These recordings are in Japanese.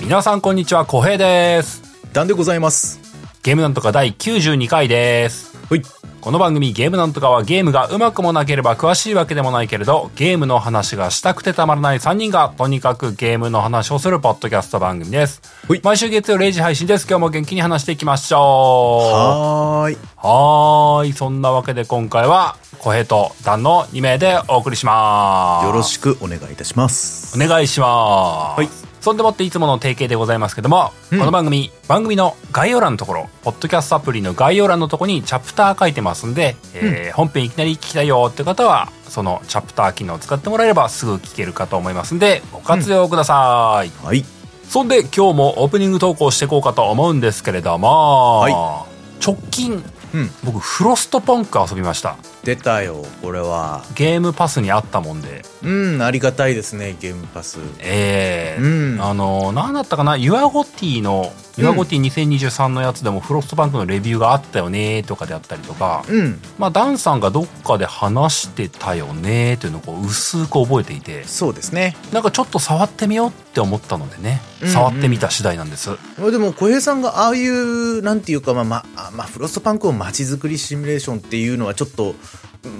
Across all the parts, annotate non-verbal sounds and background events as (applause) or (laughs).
皆さんこんにちは、小平です。ダンでございます。ゲームなんとか第92回です。はい。この番組ゲームなんとかはゲームがうまくもなければ詳しいわけでもないけれど、ゲームの話がしたくてたまらない3人がとにかくゲームの話をするポッドキャスト番組ですはい。毎週月曜0時配信です。今日も元気に話していきましょはーい。う。はーい。そんなわけで今回は、小平とダンの2名でお送りします。よろしくお願いいたします。お願いします。はいそんでもっていつもの提携でございますけども、うんこの番組、番組の概要欄のところ、ポッドキャストアプリの概要欄のところにチャプター書いてますんで、えー本編いきなり聞きたいよって方は、そのチャプター機能を使ってもらえればすぐ聞けるかと思いますんで、ご活用ください。はい。そんで今日もオープニング投稿していこうかと思うんですけれども、はい直近、うん。僕、フロストパンク遊びました。出たよ、これは。ゲームパスにあったもんで、うん、ありがたいですね、ゲームパス。えーうんあの何だったかなユアゴティのユアゴティ2023のやつでもフロストバンクのレビューがあったよねとかであったりとか、うん。まあ、ダンさんがどっかで話してたよねというのをこう薄く覚えていてそうですね。なんかちょっと触ってみようって思ったのでねうんうん触ってみた次第なんです、まあでも、小平さんがああいう、なんていうか、まあ、まあ、まあ、フロストパンクを街づくりシミュレーションっていうのはちょっと、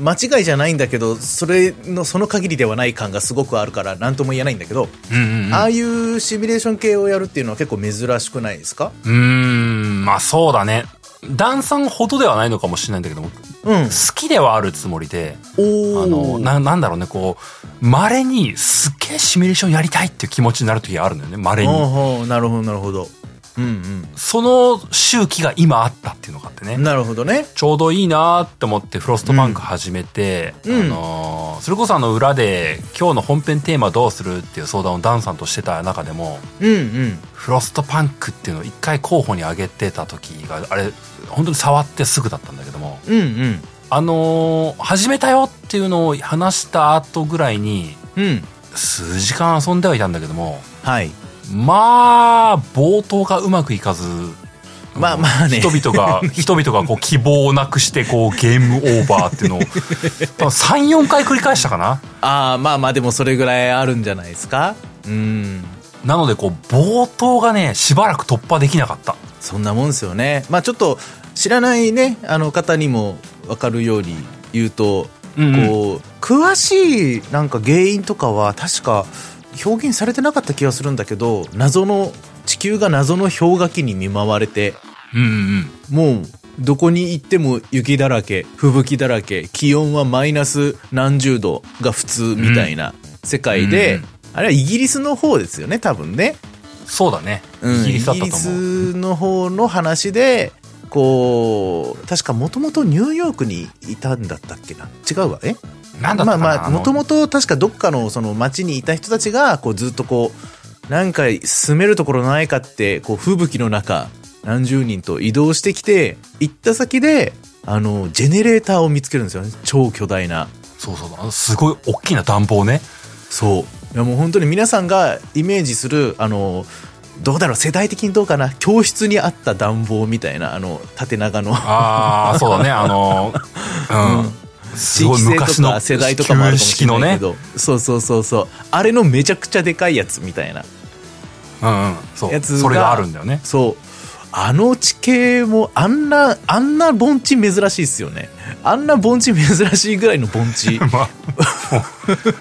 間違いじゃないんだけど、それの、その限りではない感がすごくあるから、なんとも言えないんだけど、うんうんうんああいうシミュレーション系をやるっていうのは結構珍しくないですかうーんまあそうだねダンさんほどではないのかもしれないんだけどもうん。好きではあるつもりでおあのななんだろうねこう稀にすっげえシミュレーションやりたいっていう気持ちになる時があるんだよね稀におおなるほどなるほどうんその周期が今あったっていうのがあってね、うんなるほどねちょうどいいなーって思ってフロストパンク始めて、うんあのーそれこそあの裏で今日の本編テーマどうするっていう相談をダンさんとしてた中でもうんうんフロストパンクっていうのを一回候補に挙げてた時があれ本当に触ってすぐだったんだけどもうんうんあのー始めたよっていうのを話した後ぐらいにうん数時間遊んではいたんだけどもはいまあ冒頭がうまくいかずまあまあね人々が (laughs) 人々がこう希望をなくしてこうゲームオーバーっていうのを34回繰り返したかなああまあまあでもそれぐらいあるんじゃないですかうんなのでこう冒頭がねしばらく突破できなかったそんなもんですよねまあちょっと知らないねあの方にも分かるように言うと、うんうんこう詳しいなんか原因とかは確か表現されてなかった気がするんだけど謎の地球が謎の氷河期に見舞われてうんうんもうどこに行っても雪だらけ吹雪だらけ気温はマイナス何十度が普通みたいな世界で、うんあれはイギリスの方ですよね多分ね、そうだね、うんイギリスだったと思うイギリスの方の話でこう確かもともとニューヨークにいたんだったっけな違うわえなんだったまかあなまあのもともと確かどっかのその町にいた人たちがこうずっとこうなんか住めるところないかってこう吹雪の中何十人と移動してきて行った先であのジェネレーターを見つけるんですよね超巨大なそうそうあのすごい大きな暖房ねそういやもう本当に皆さんがイメージするあのどうだろう世代的にどうかな教室にあった暖房みたいなあの縦長のああ (laughs) そうだねあのうん、す (laughs) 地ご域い性昔とのか世代とかもあるかもしれない旧け式のねど、そうそうそうそうあれのめちゃくちゃでかいやつみたいなうんうんそうやつがそれがあるんだよねそう。あの地形もあんな、あんな盆地珍しいっすよね。あんな盆地珍しいぐらいの盆 (laughs) 地。まあ、も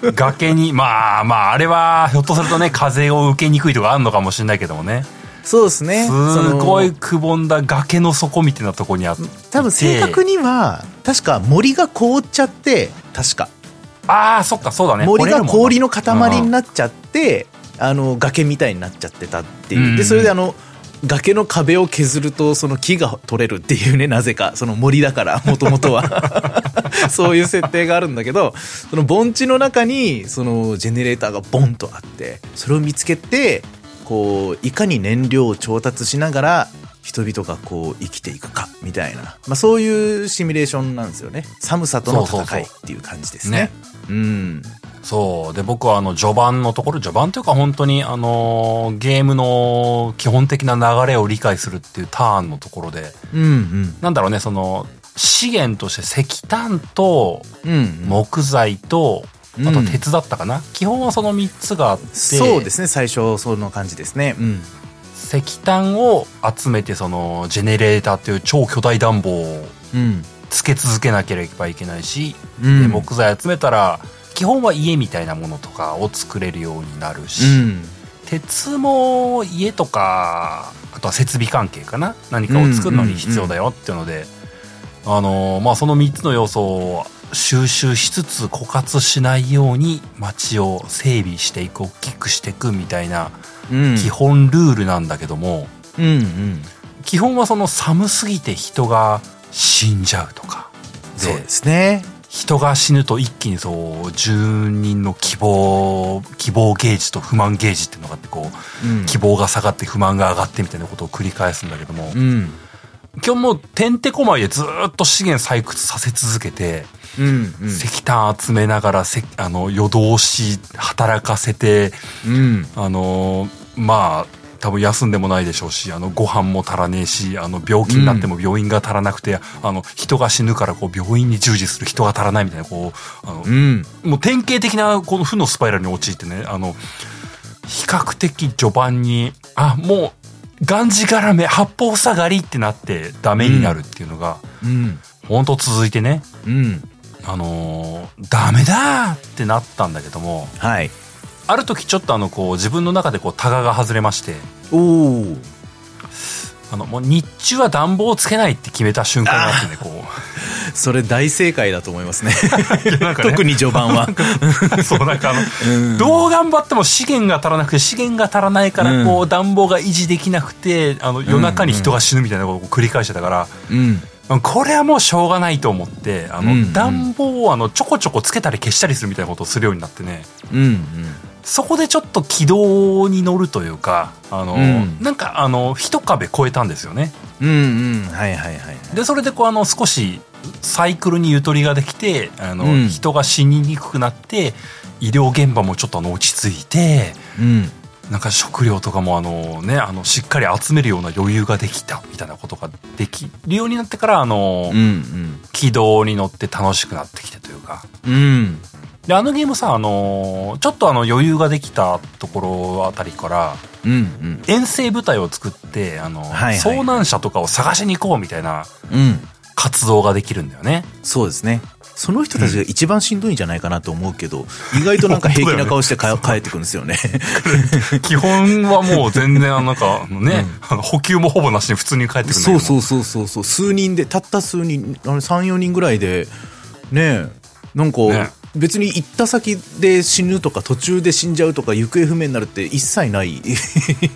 う崖に、 (laughs) まあまあ、あれは、ひょっとするとね、風を受けにくいとかあるのかもしれないけどもね。そうですね。すごいその。くぼんだ崖の底みたいなとこにあって。多分正確に。には、確か森が凍っちゃって、確か。ああ、そっか、そうだね。森が氷の。の塊になっちゃって、あの、崖みたいになっちゃってたってうんういんう。で、それであの、崖の壁を削ると、その木が取れるっていうね、なぜか。その森 (laughs) だから、もともとは。 (laughs) そういう設定があるんだけど、その盆地の中に、そのジェネレーターがボンとあって、それを見つけて、こう、いかに燃料を調達しながら、人々がこう生きていくかみたいな、まあ、そういうシミュレーションなんですよね寒さとの戦いっていう感じですねうんそう。で、僕は、あの、序盤のところ、序盤というか、本当に、あのーゲームの基本的な流れを理解するっていうターンのところで、うんなんだろうね、その、資源として石炭とうんうん木材と、うんあと鉄だったかな、基本はその3つがあってそうですね最初その感じですねうん石炭を集めてそのジェネレーターという超巨大暖房をうんつけ続けなければいけないし、うんで木材集めたら基本は家みたいなものとかを作れるようになるし、うん鉄も家とかあとは設備関係かな何かを作るのに必要だよっていうので、あのまあ、その3つの要素を収集しつつ枯渇しないように街を整備していく大きくしていくみたいなうん基本ルールなんだけども、うんうん基本はその寒すぎて人が死んじゃうとかそうですね人が死ぬと一気にそう住人の希望希望ゲージと不満ゲージっていうのがあってこううん希望が下がって不満が上がってみたいなことを繰り返すんだけども、うん今日もうてんてこまいでずーっと資源採掘させ続けて、うんうん石炭集めながら石あの夜通し働かせてうんあのーまあ多分休んでもないでしょうしあのご飯も足らねえしあの病気になっても病院が足らなくて、あの人が死ぬからこう病院に従事する人が足らないみたいなこうあのうんもう典型的なこの負のスパイラルに陥ってね、あの、比較的序盤に、あ、もう、がんじがらめ、八方下がりってなってダメになるっていうのが、うんほんと続いてね、うんあのーダメだーってなったんだけども、はいある時ちょっとあの、こう、自分の中でこう、タガが外れまして、おおあの、もう日中は暖房をつけないって決めた瞬間があってね、こそれ大正解だと思い (laughs) ますねう、 (laughs) なんかね (laughs) 特に序盤はそう、なんかあの、うんどう頑張っても資源が足らなくて資源が足らないからこうう暖房が維持できなくてあの夜中に人が死ぬみたいなことを繰り返してたからうんこれはもうしょうがないと思ってあうんうんの暖房をあのちょこちょこつけたり消したりするみたいなことをするようになってねうんうんそこでちょっと軌道に乗るというかあのうんなんかあの一壁越えたんですよね。うんうんはいはいはいはいでそれでこうあの少しサイクルにゆとりができてあの、うん人が死ににくくなって医療現場もちょっとあの落ち着いて。うんなんか食料とかもあのね、あの、しっかり集めるような余裕ができたみたいなことができるようになってから、あの、うん軌道に乗って楽しくなってきてというか。うんうんで、あのゲームさ、あの、ちょっとあの余裕ができたところあたりから、うんうん遠征部隊を作って、あの、はいはい遭難者とかを探しに行こうみたいなうん活動ができるんだよ (laughs) ね。そうですねその人たちが一番しんどいんじゃないかなと思うけど、意外となんか平気な顔し (laughs) てか帰ってくるんですよね基本はもう全然、あのなんか、あのね、あの補給もほぼなしに普通に帰ってくるんだけどそうもそうそうそうそう数人でたった数人あの34人ぐらいでねえなんか、ね別に行った先で死ぬとか途中で死んじゃうとか行方不明になるって一切ない (laughs)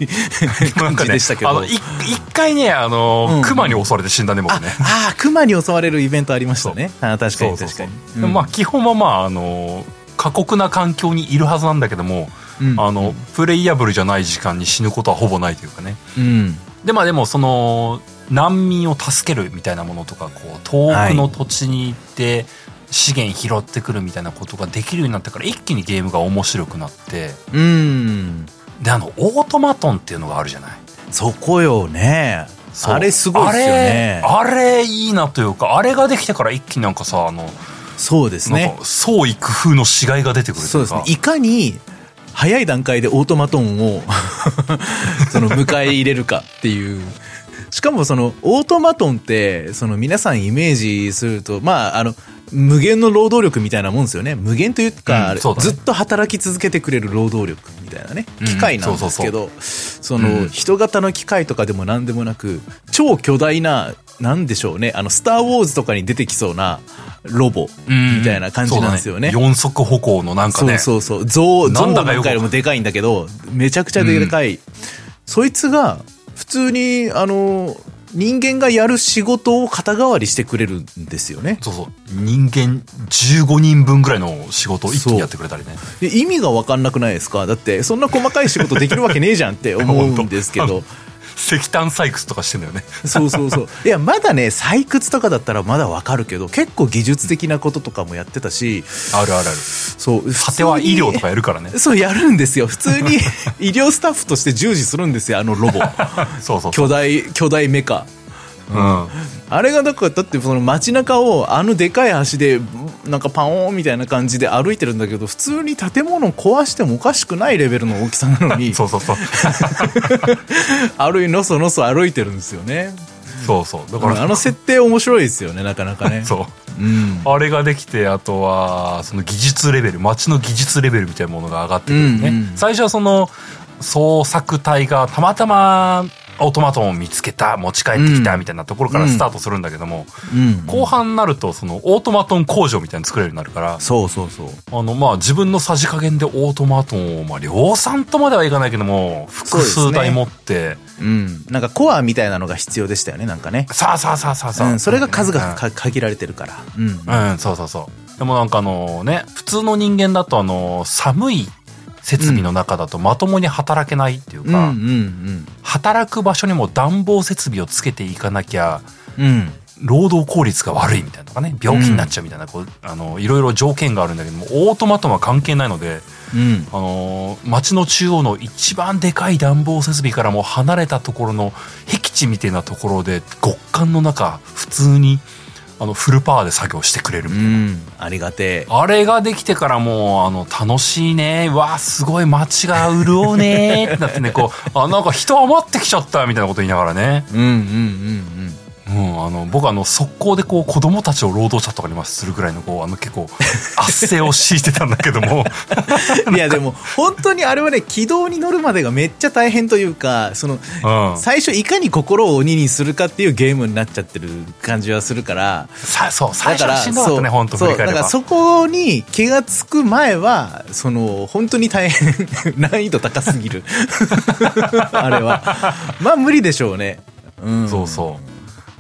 感じでしたけど、なんかね、あのい一回ね、あの、うん熊に襲われて死んだね、僕ね。ああ熊に襲われるイベントありましたねあー確かそにうそう確そかうに。でもまあ、基本はまあ、あの、過酷な環境にいるはずなんだけども、うんあの、プレイヤブルじゃない時間に死ぬことはほぼないというかね。うんで、まあでも、その、難民を助けるみたいなものとか、こう、遠くの土地に行って、資源拾ってくるみたいなことができるようになってから一気にゲームが面白くなってうんであのオートマトンっていうのがあるじゃないそこよねそうあれすごいですよねあれあれいいなというかあれができてから一気になんかさあのそうですなねんか創意工夫のしがいが出てくるとそういうですかね。いかに、早い段階でオートマトンを、 (laughs) その、迎え入れるかっていう。しかもその、オートマトンって、その皆さんイメージすると、まあ、あの、無限の労働力みたいなもんですよね。無限というか、うんそうだねずっと働き続けてくれる労働力みたいなね。うん機械なんですけど、その、うん人型の機械とかでも何でもなく、超巨大な、なんでしょうね。あの、スター・ウォーズとかに出てきそうなロボみたいな感じなんですよね。そうだ四足歩行のなんかねそうそうそう象な象んだかなんよくかよりもでかいんだけどめちゃくちゃでかい、そいつが普通にあの人間がやる仕事を肩代わりしてくれるんですよねそうそう人間15人分ぐらいの仕事を一気にやってくれたりねで意味が分かんなくないですかだってそんな細かい仕事できるわけねえじゃんって思うんです (laughs) け本ど石炭採掘とかしてんだよねそうそうそういやまだね採掘とかだったらまだ分かるけど結構技術的なこととかもやってたしあるあるあるそう果ては普通に医療とかやるからねそうやるんですよ普通に (laughs) 医療スタッフとして従事するんですよあのロボそうそう巨大巨大メカうんあれがだからだってその街中をあのでかい橋でなんかパオーンみたいな感じで歩いてるんだけど普通に建物を壊してもおかしくないレベルの大きさなの (laughs) にそうそうそう歩いのそのそ歩いてるんですよねそうそうだだかかららあの設定面白いですよねなかなかね (laughs) そうう、ん、あれができてあとはその技術レベル街の技術レベルみたいなものが上がってくるね、うんうん最初はその捜索隊がたまたまオートマトンを見つけた持ち帰ってきたうんみたいなところからスタートするんだけども、うん、後半になるとそのオートマトン工場みたいなの作れるようになるからそうそうそうあのまあ自分のさじ加減でオートマトンをまあ量産とまではいかないけども複数台持って、うん、なんかコアみたいなのが必要でしたよねなんかねさあさあさあさあさあ、うん、それが数がうんか限られてるから、うんうん、そうそうそう。でもなんかあのね、普通の人間だとあの、寒い設備の中だとまともに働けないっていううんうか、ん働く場所にも暖房設備をつけていかなきゃ、うんうん労働効率が悪いみたいなとかね、病気になっちゃうみたいな、こう、あの、いろいろ条件があるんだけども、オートマトンは関係ないので、うんあのー街の中央の一番でかい暖房設備からも離れたところの僻地みたいなところで極寒の中普通にあのフルパワーで作業してくれるみうたいな、んありがてえあれができてからもうあの楽しいねわあすごい街が潤うねってなってねこうあなんか人余ってきちゃったみたいなこと言いながらね、うんうんうん、あの僕あの速攻でこう子供たちを労働者とかにまするぐらいのこうあの結構圧政を敷いてたんだけどもうんうんいやでも本当にあれはね軌道に乗るまでがめっちゃ大変というかその (laughs) うん最初いかに心を鬼にするかっていうゲームになっちゃってる感じはするからさそう最初だかはらしんどかったね本当振そうり返れだからば。そこに気がつく前はその本当に大変 (laughs) 難易度高す (laughs) ぎるあれはまあ無理でしょうねうんそうそう。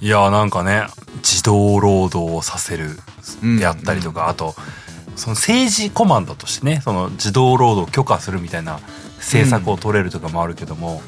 いや、なんかね、自動労働をさせるうんであったりとか、あと、その政治コマンドとしてね、その自動労働を許可するみたいな政策を取れるとかもあるけども、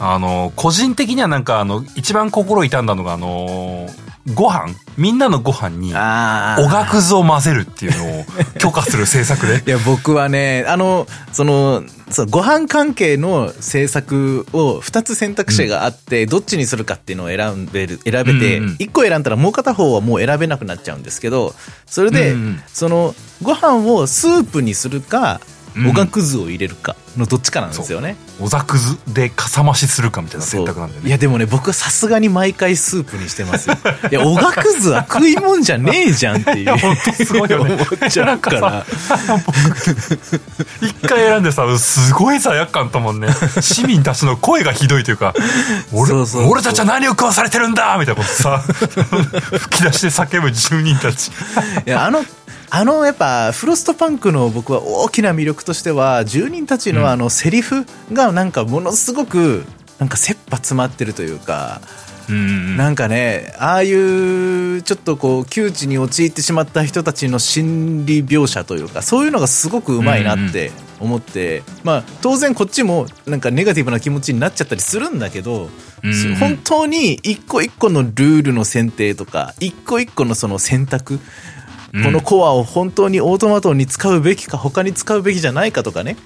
あの、個人的にはなんか、あの、一番心痛んだのが、あの、ご飯みんなのご飯に、ああおがくずを混ぜるっていうのを許可する政策で (laughs) い。や僕はねあのそのそうご飯関係の政策を2つ選択肢があって、どっちにするかっていうのを選べる選べて、うんうん1個選んだらもう片方はもう選べなくなっちゃうんですけどそれで、うんうんそのご飯をスープにするかうんおがくずを入れるかのどっちかなんですよね。おざくずでかさ増しするかみたいなそ選う択なんだよいね。やでもね僕はさすがに毎回スープにしてますよいやおがくずは食いもんじゃねえじゃんっていうほんとすごい (laughs) よね思っちゃうからなん一回選んでさ、すごい罪悪感とも (laughs) んね。市民たちの声がひどいというか、俺そうそうそう俺たちは何を食わされてるんだみたいなこと (laughs) さ、吹き出して叫ぶ住人たち。いやあのあのやっぱフロストパンクの僕は大きな魅力としては住人たちうんのあのセリフがなんかものすごくなんか切羽詰まってるというか、うん。なんかねああいうちょっとこう窮地に陥ってしまった人たちの心理描写というかそういうのがすごくうまいなって思って、まあ当然こっちもなんかネガティブな気持ちになっちゃったりするんだけど、うんうん本当に一個一個のルールの選定とか一個一個のその選択うんこのコアを本当にオートマトンに使うべきか他に使うべきじゃないかとかね、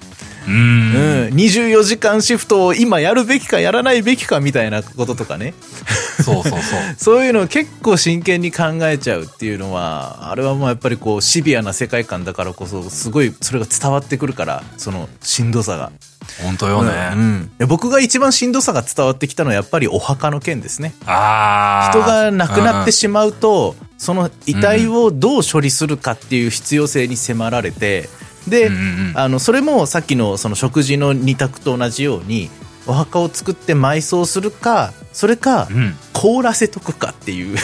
ううんん。 24時間シフトを今やるべきかやらないべきかみたいなこととかねそうそうそう。そういうのを結構真剣に考えちゃうっていうのはあれはもうやっぱりこうシビアな世界観だからこそすごいそれが伝わってくるからそのしんどさが、本当よね。うんうんいや僕が一番しんどさが伝わってきたのはやっぱりお墓の件ですねああ。人が亡くなってししまうとその遺体をどう処理するかっていう必要性に迫られてで、うんうんうんあのそれもさっきのその食事の二択と同じようにお墓を作って埋葬するかそれか、うん凍らせとくかっていう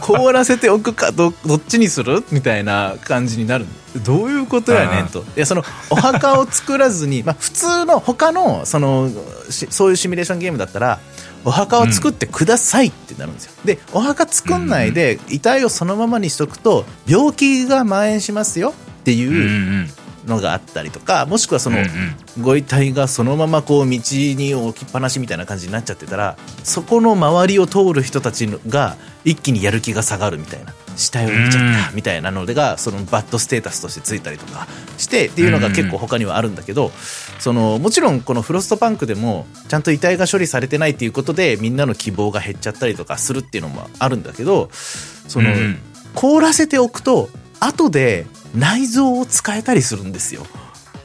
凍らせておくかどどっちにするみたいな感じになるどういうことやねんといやそのお墓を作らずに、まあ、普通の他のそのしそういうシミュレーションゲームだったらお墓を作ってくださいってなるんですよ、でお墓作んないで遺体をそのままにしとくと病気が蔓延しますよっていう、うんうん。のがあったりとかもしくはその、うんご遺体がそのままこう道に置きっぱなしみたいな感じになっちゃってたらそこの周りを通る人たちのが一気にやる気が下がるみたいな死体を見ちゃったみたいなのでがそのバッドステータスとしてついたりとかしてっていうのが結構他にはあるんだけどそのもちろんこのフロストパンクでもちゃんと遺体が処理されてないっていうことでみんなの希望が減っちゃったりとかするっていうのもあるんだけどそのうん凍らせておくと後で内臓を使えたりするんですよ。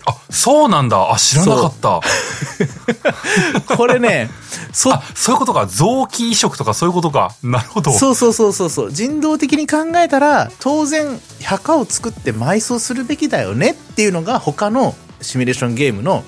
あそうなんだあ知らなかったこれね (laughs) そあそういうことか臓器移植とかそういうことかなるほどそうそうそうそうそう人道的に考えたら当然墓を作って埋葬するべきだよねっていうのが他のシミュレーションゲームの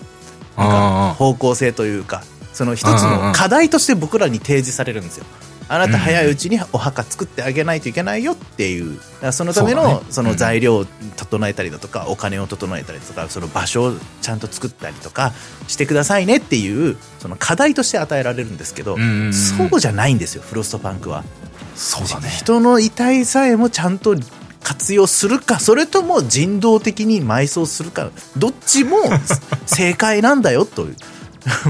うんうんうん方向性というかその一つうんうんうのん課題として僕らに提示されるんですよ。あなた早いうちにお墓作ってあげないといけないよっていうだからそのためそうだのねその材料を整えたりだとかお金を整えたりとかその場所をちゃんと作ったりとかしてくださいねっていうその課題として与えられるんですけどうんうんうんそうじゃないんですよフロストパンクは。そうだね人の遺体さえもちゃんと活用するかそれとも人道的に埋葬するかどっ (laughs) ちも正解なんだよという (laughs)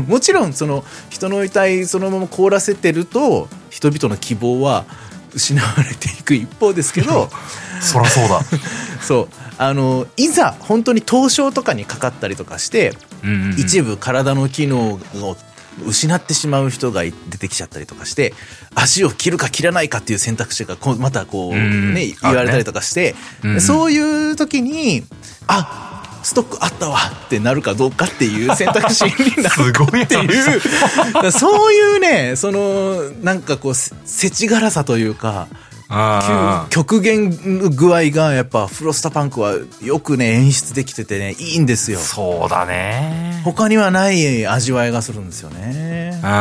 もちろんその人の遺体そのまま凍らせてると人々の希望は失われていく一方です (laughs) けどそらそうだそうあのいざ本当に凍傷とかにかかったりとかしてうん (laughs) うん一部体の機能を失ってしまう人が出てきちゃったりとかして足を切るか切らないかっていう選択肢がこうまたこうう、んね、言われたりとかして、あるねうんうんそういう時にあストックあったわってなるかどうかっていう選択肢になるすごいっていうだからそういうねそのなんかこうせせちがらさというかあ極限の具合がやっぱフロスタパンクはよくね演出できててねいいんですよー。そうだね他にはない味わいがするんですよね。うんううん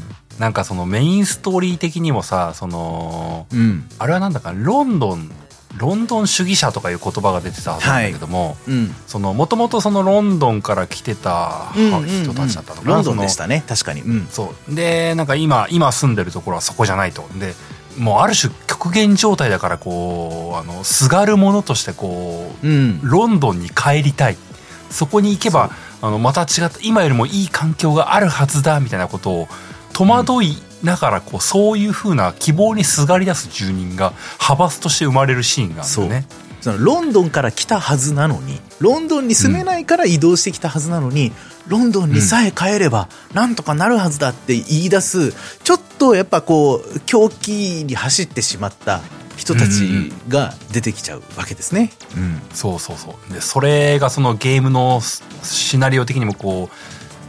んなんかそのメインストーリー的にもさそのうんうんあれはなんだかロンドンロンドン主義者とかいう言葉が出てたはずなんだけども、うんそのもともとそのロンドンから来てたうんうん人たちだったとかな、ロンドンでしそのたね確かにうんそうでなんか今今住んでるところはそこじゃないとでもうある種極限状態だからこうあのすがるものとしてこううんロンドンに帰りたいそこに行けばあのまた違った今よりもいい環境があるはずだみたいなことを戸惑いながらこうそういうふうな希望にすがり出す住人が派閥として生まれるシーンがあるんだよね。そのロンドンから来たはずなのにロンドンに住めないから移動してきたはずなのに、ロンドンにさえ帰ればなんとかなるはずだって言い出すちょっとやっぱこう狂気に走ってしまった人たちが出てきちゃうわけですね。うんそうそうそうでそれがそのゲームのスシナリオ的にもこう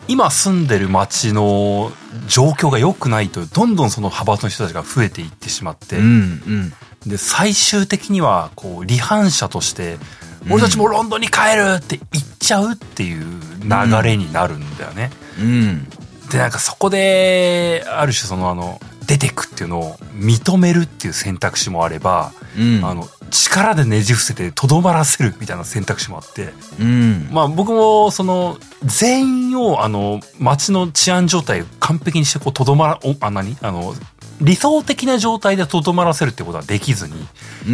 今住んでる街の状況が良くないとどんどんその派閥の人たちが増えていってしまって、うんで最終的にはこう離反者として「俺たちもロンドンに帰る!」って言っちゃうっていう流れになるんだよね。うんでなんかそこである種そのあの出てくっていうのを認めるっていう選択肢もあれば、うんあの力でねじ伏せてとどまらせるみたいな選択肢もあって、うんまあ、僕もその全員をあの街の治安状態を完璧にしてこうとどまらおあ何あの理想的な状態でとどまらせるってことはできずに。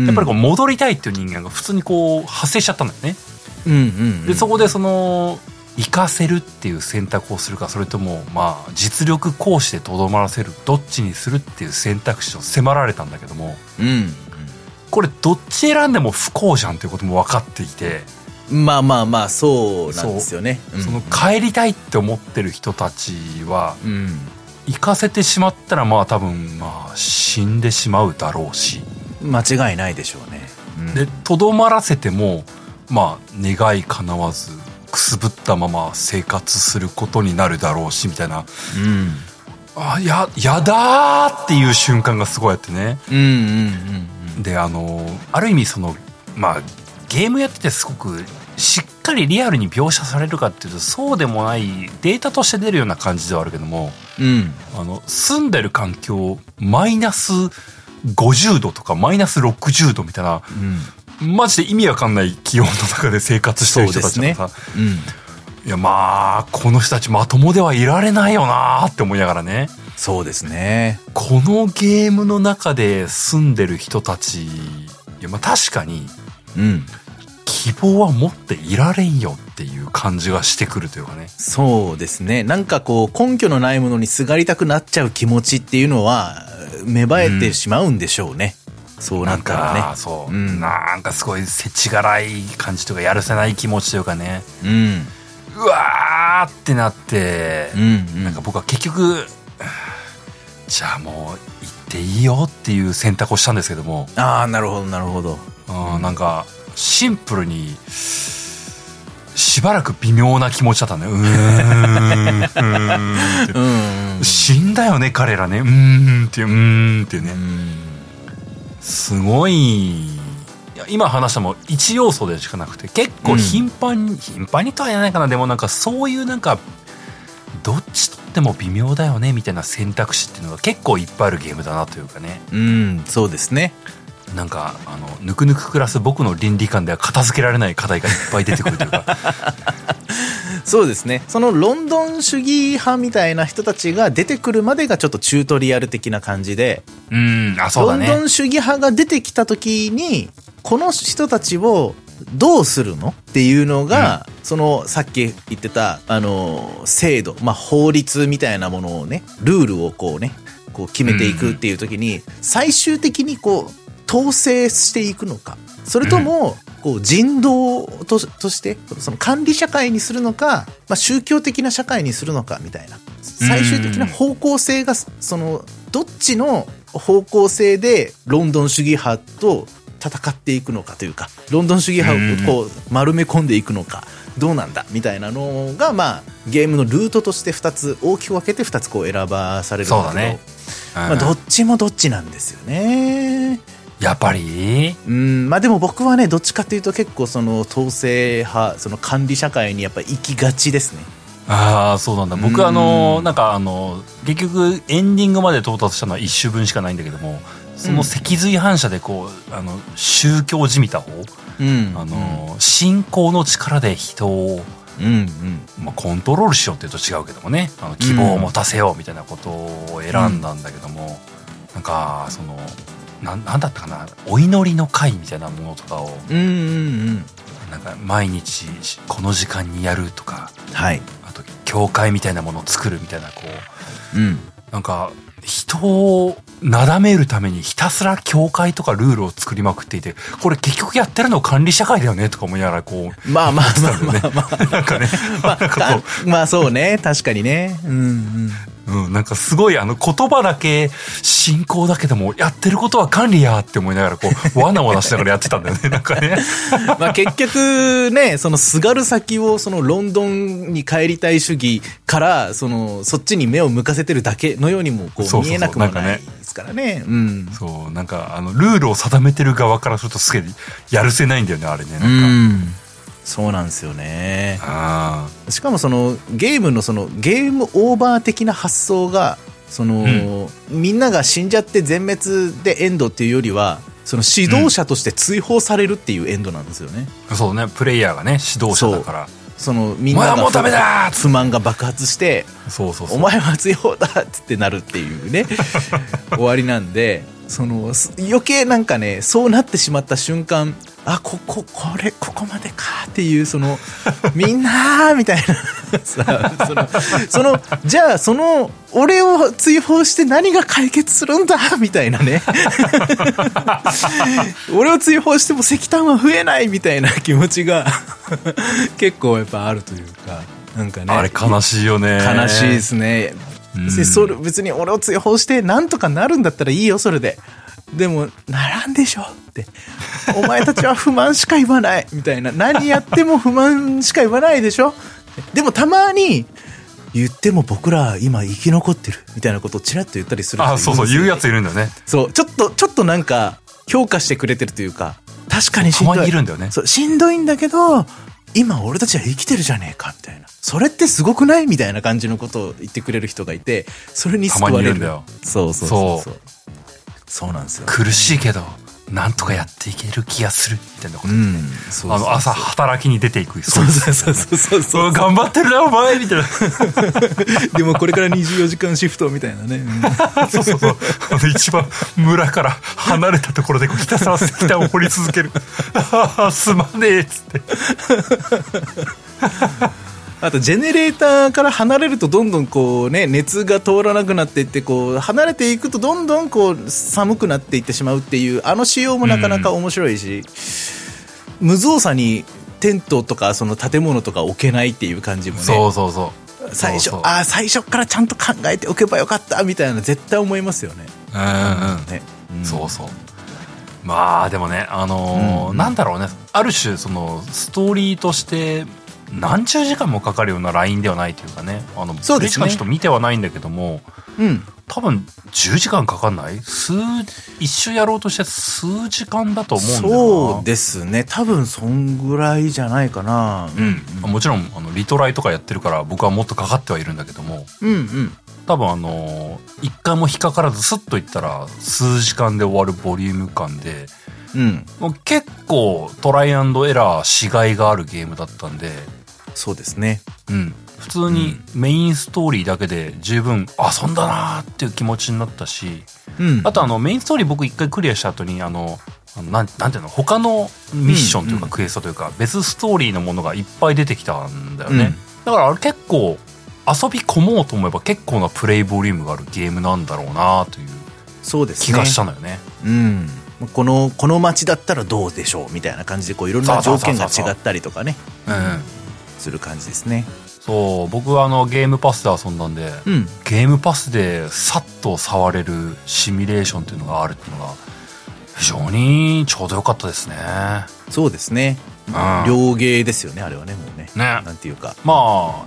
やっぱりこう戻りたいっていう人間が普通にこう発生しちゃったんだよね。うんうんうで、んそこでその、行かせるっていう選択をするか、それとも、まあ、実力行使でとどまらせる、どっちにするっていう選択肢を迫られたんだけども、うんこれどっち選んでも不幸じゃんということも分かっていて、まあまあまあそうなんですよね。うんその帰りたいって思ってる人たちは、うん行かせてしまったらまあ多分、まあ死んでしまうだろうし、間違いないでしょうね。うんでとどまらせてもまあ願い叶わずくすぶったまま生活することになるだろうしみたいなうんあややだーっていう瞬間がすごいあってねうんうんうんであのある意味そのまあゲームやっててすごくしっかりリアルに描写されるかっていうとそうでもないデータとして出るような感じではあるけどもうんあの住んでる環境マイナス50度とかマイナス60度みたいなうんマジで意味わかんない気温の中で生活してる人たちだからさ、うんいやまあこの人たちまともではいられないよなーって思いながらねそうですね。このゲームの中で住んでる人たちいやまあ確かにうん希希望は持っていられんよっていう感じがしてくるというかね。そうですね。なんかこう、根拠のないものにすがりたくなっちゃう気持ちっていうのは、芽生えてしまうんでしょうね。そうななっんたらかね、。そう、うんなんかすごいせちがらい感じというか、やるせない気持ちというかね、うん。うわーってなって、うん、うん。なんか僕は結局、 (sighs) じゃあもう行っていいよっていう選択をしたんですけども、ああ、なるほど、なるほど。うん、なんかシンプルにしばらく微妙な気持ちだったねうーんうーんってうん、う (laughs) ん。死んだよね彼らねうーんっていううーんっていうねすごいいや今話したも一要素でしかなくて結構頻繁に、頻繁にとは言えないかなでもなんかそういうなんかどっちとっても微妙だよねみたいな選択肢っていうのが結構いっぱいあるゲームだなというかねうん、そうですね。なんかあのぬくぬく暮らす僕の倫理観では片付けられない課題がいっぱい出てくるという (laughs) かそうですね。そのロンドン主義派みたいな人たちが出てくるまでがちょっとチュートリアル的な感じで、うんあそうだねロンドン主義派が出てきた時にこの人たちをどうするのっていうのが、そのさっき言ってたあの制度、まあ、法律みたいなものをねルールをこうねこう決めていくっていう時に、最終的にこう統制していくのかそれとも、こう人道ととしてその管理社会にするのか、まあ、宗教的な社会にするのかみたいな最終的な方向性がそのどっちの方向性でロンドン主義派と戦っていくのかというかロンドン主義派をこう丸め込んでいくのかどうなんだみたいなのが、まあ、ゲームのルートとして2つ大きく分けて2つこう選ばされるんだけどそうだねまあ、どっちもどっちなんですよね。やっぱりうんまあでも僕はねどっちかというと結構その統制派その管理社会にやっぱ行きがちですねああそうなんだう僕んあのなんかあの結局エンディングまで到達したのは一周分しかないんだけどもその脊髄反射でこうあの宗教じみた方、うんあの信仰の力で人を、うんうんまあ、コントロールしようっていうと違うけどもねあの希望を持たせようみたいなことを選んだんだけども、なんかそのなんなんだったかなお祈りの会みたいなものとかをうんうんなんか毎日この時間にやるとかうんはいあと教会みたいなものを作るみたいなこううんなんか、人をなだめるためにひたすら教会とかルールを作りまくっていて、これ結局やってるの管理社会だよねとか思いながら、こう、まあまあまあまあま (laughs) なんかね、あまあかまあそうね確かにねうんうん、なんかすごいあの言葉だけ信仰だけども、やってることは管理やって思いながら、こう、わなわなしながらやってたんだよ (laughs) ね、なんかね。うんまあ結局ねそのすがる先をそのロンドンに帰りたい主義からそのそっちに目を向かせてるだけのようにもこそうそううそう見えなくもなんかなねいですからねうんそう、なんかあの、ルールを定めてる側からするとすげえやるせないんだよね、あれね、なんうか。んそうなんですよねああ。しかもそのゲームのそのゲームオーバー的な発想がその、みんなが死んじゃって全滅でエンドっていうよりはその指導者として追放されるっていうエンドなんですよね、そうね、プレイヤーがね、指導者だから。そのみおん前なはもがうダメだ不満が爆発してそうそうそう。お前は追放だっつってなるってい (laughs) うね終わりなんでそのす余計なんかねそうなってしまった瞬間あこここれここまでかっていう (laughs) そのみんなーみたいなさそのそのじゃあその俺を追放して何が解決するんだみたい (laughs) なね俺を追放しても石炭は増えないみたいな気持ちが結構やっぱあるというかなんかねあれ悲しいよね。悲しいですね。うん別にそれ別に俺を追放してなんとかなるんだったらいいよそれででもならんでしょってお前たちは不満しか言わないみたいな何やっても不満しか言わないでしょでもたまに言っても僕ら今生き残ってるみたいなことをちらっと言ったりする人いるあ、んですそようねそう、言うやついるんだよね。そうちょっとちょっとなんか評価してくれてるというか確かにしんどいたまにいるんだよねそうしんどいんだけど今俺たちは生きてるじゃねえかみたいなそれってすごくないみたいな感じのことを言ってくれる人がいてそれに救われたるまにいるんだよそうそうそうそうそうなんですよ苦しいけど、なんとかやっていける気がするみたいなこうと、んそうそうあの朝働きに出ていくそそううそうそうそう (laughs) そう頑張ってるなお前み (laughs) たいなうでもこれから24時間シフトみたいなね、そうそうそうあの一番村から離れたところでこうひたすら石炭を掘り続けるああすまねえっつってあとジェネレーターから離れるとどんどんこうね熱が通らなくなっていってこう離れていくとどんどんこう寒くなっていってしまうっていうあの仕様もなかなか面白いし、無造作にテントとかその建物とか置けないっていう感じもねそうそうそう最そ初うそうああ最初からちゃんと考えておけばよかったみたいな絶対思いますよね。うんうんねそうそうまあでもねあのーうんなんだろうねある種そのストーリーとして何十時間もかかるようなラインではないというかねあのそうですねベルシカちょっと見てはないんだけどもうん、うん多分10時間かかんない数一周やろうとして数時間だと思うんだよなそうですね多分そんぐらいじゃないかなうん、もちろんあのリトライとかやってるから僕はもっとかかってはいるんだけどもうんうん多分あのー一回も引っかからずスッといったら数時間で終わるボリューム感でうんもう結構トライアンドエラーしがいがあるゲームだったんで、そうですねうん、普通にメインストーリーだけで十分遊んだなーっていう気持ちになったしうんあとあのメインストーリー僕一回クリアした後にあのあのなんなんていうの他のミッションといううんうかんクエストというか別ストーリーのものがいっぱい出てきたんだようねん、だからあれ結構遊び込もうと思えば結構なプレイボリュームがあるゲームなんだろうなというそうですね気がしたのよねうん、このこの街だったらどうでしょうみたいな感じでこういろんなそう条そうそう件そがう違ったりとかねうんする感じですねそう僕はあのゲームパスで遊んだんで、うんゲームパスでさっと触れるシミュレーションっていうのがあるっていうのが非常にちょうど良かったですねそうですねうん両芸ですよねあれはねもうねねなんていうかまあ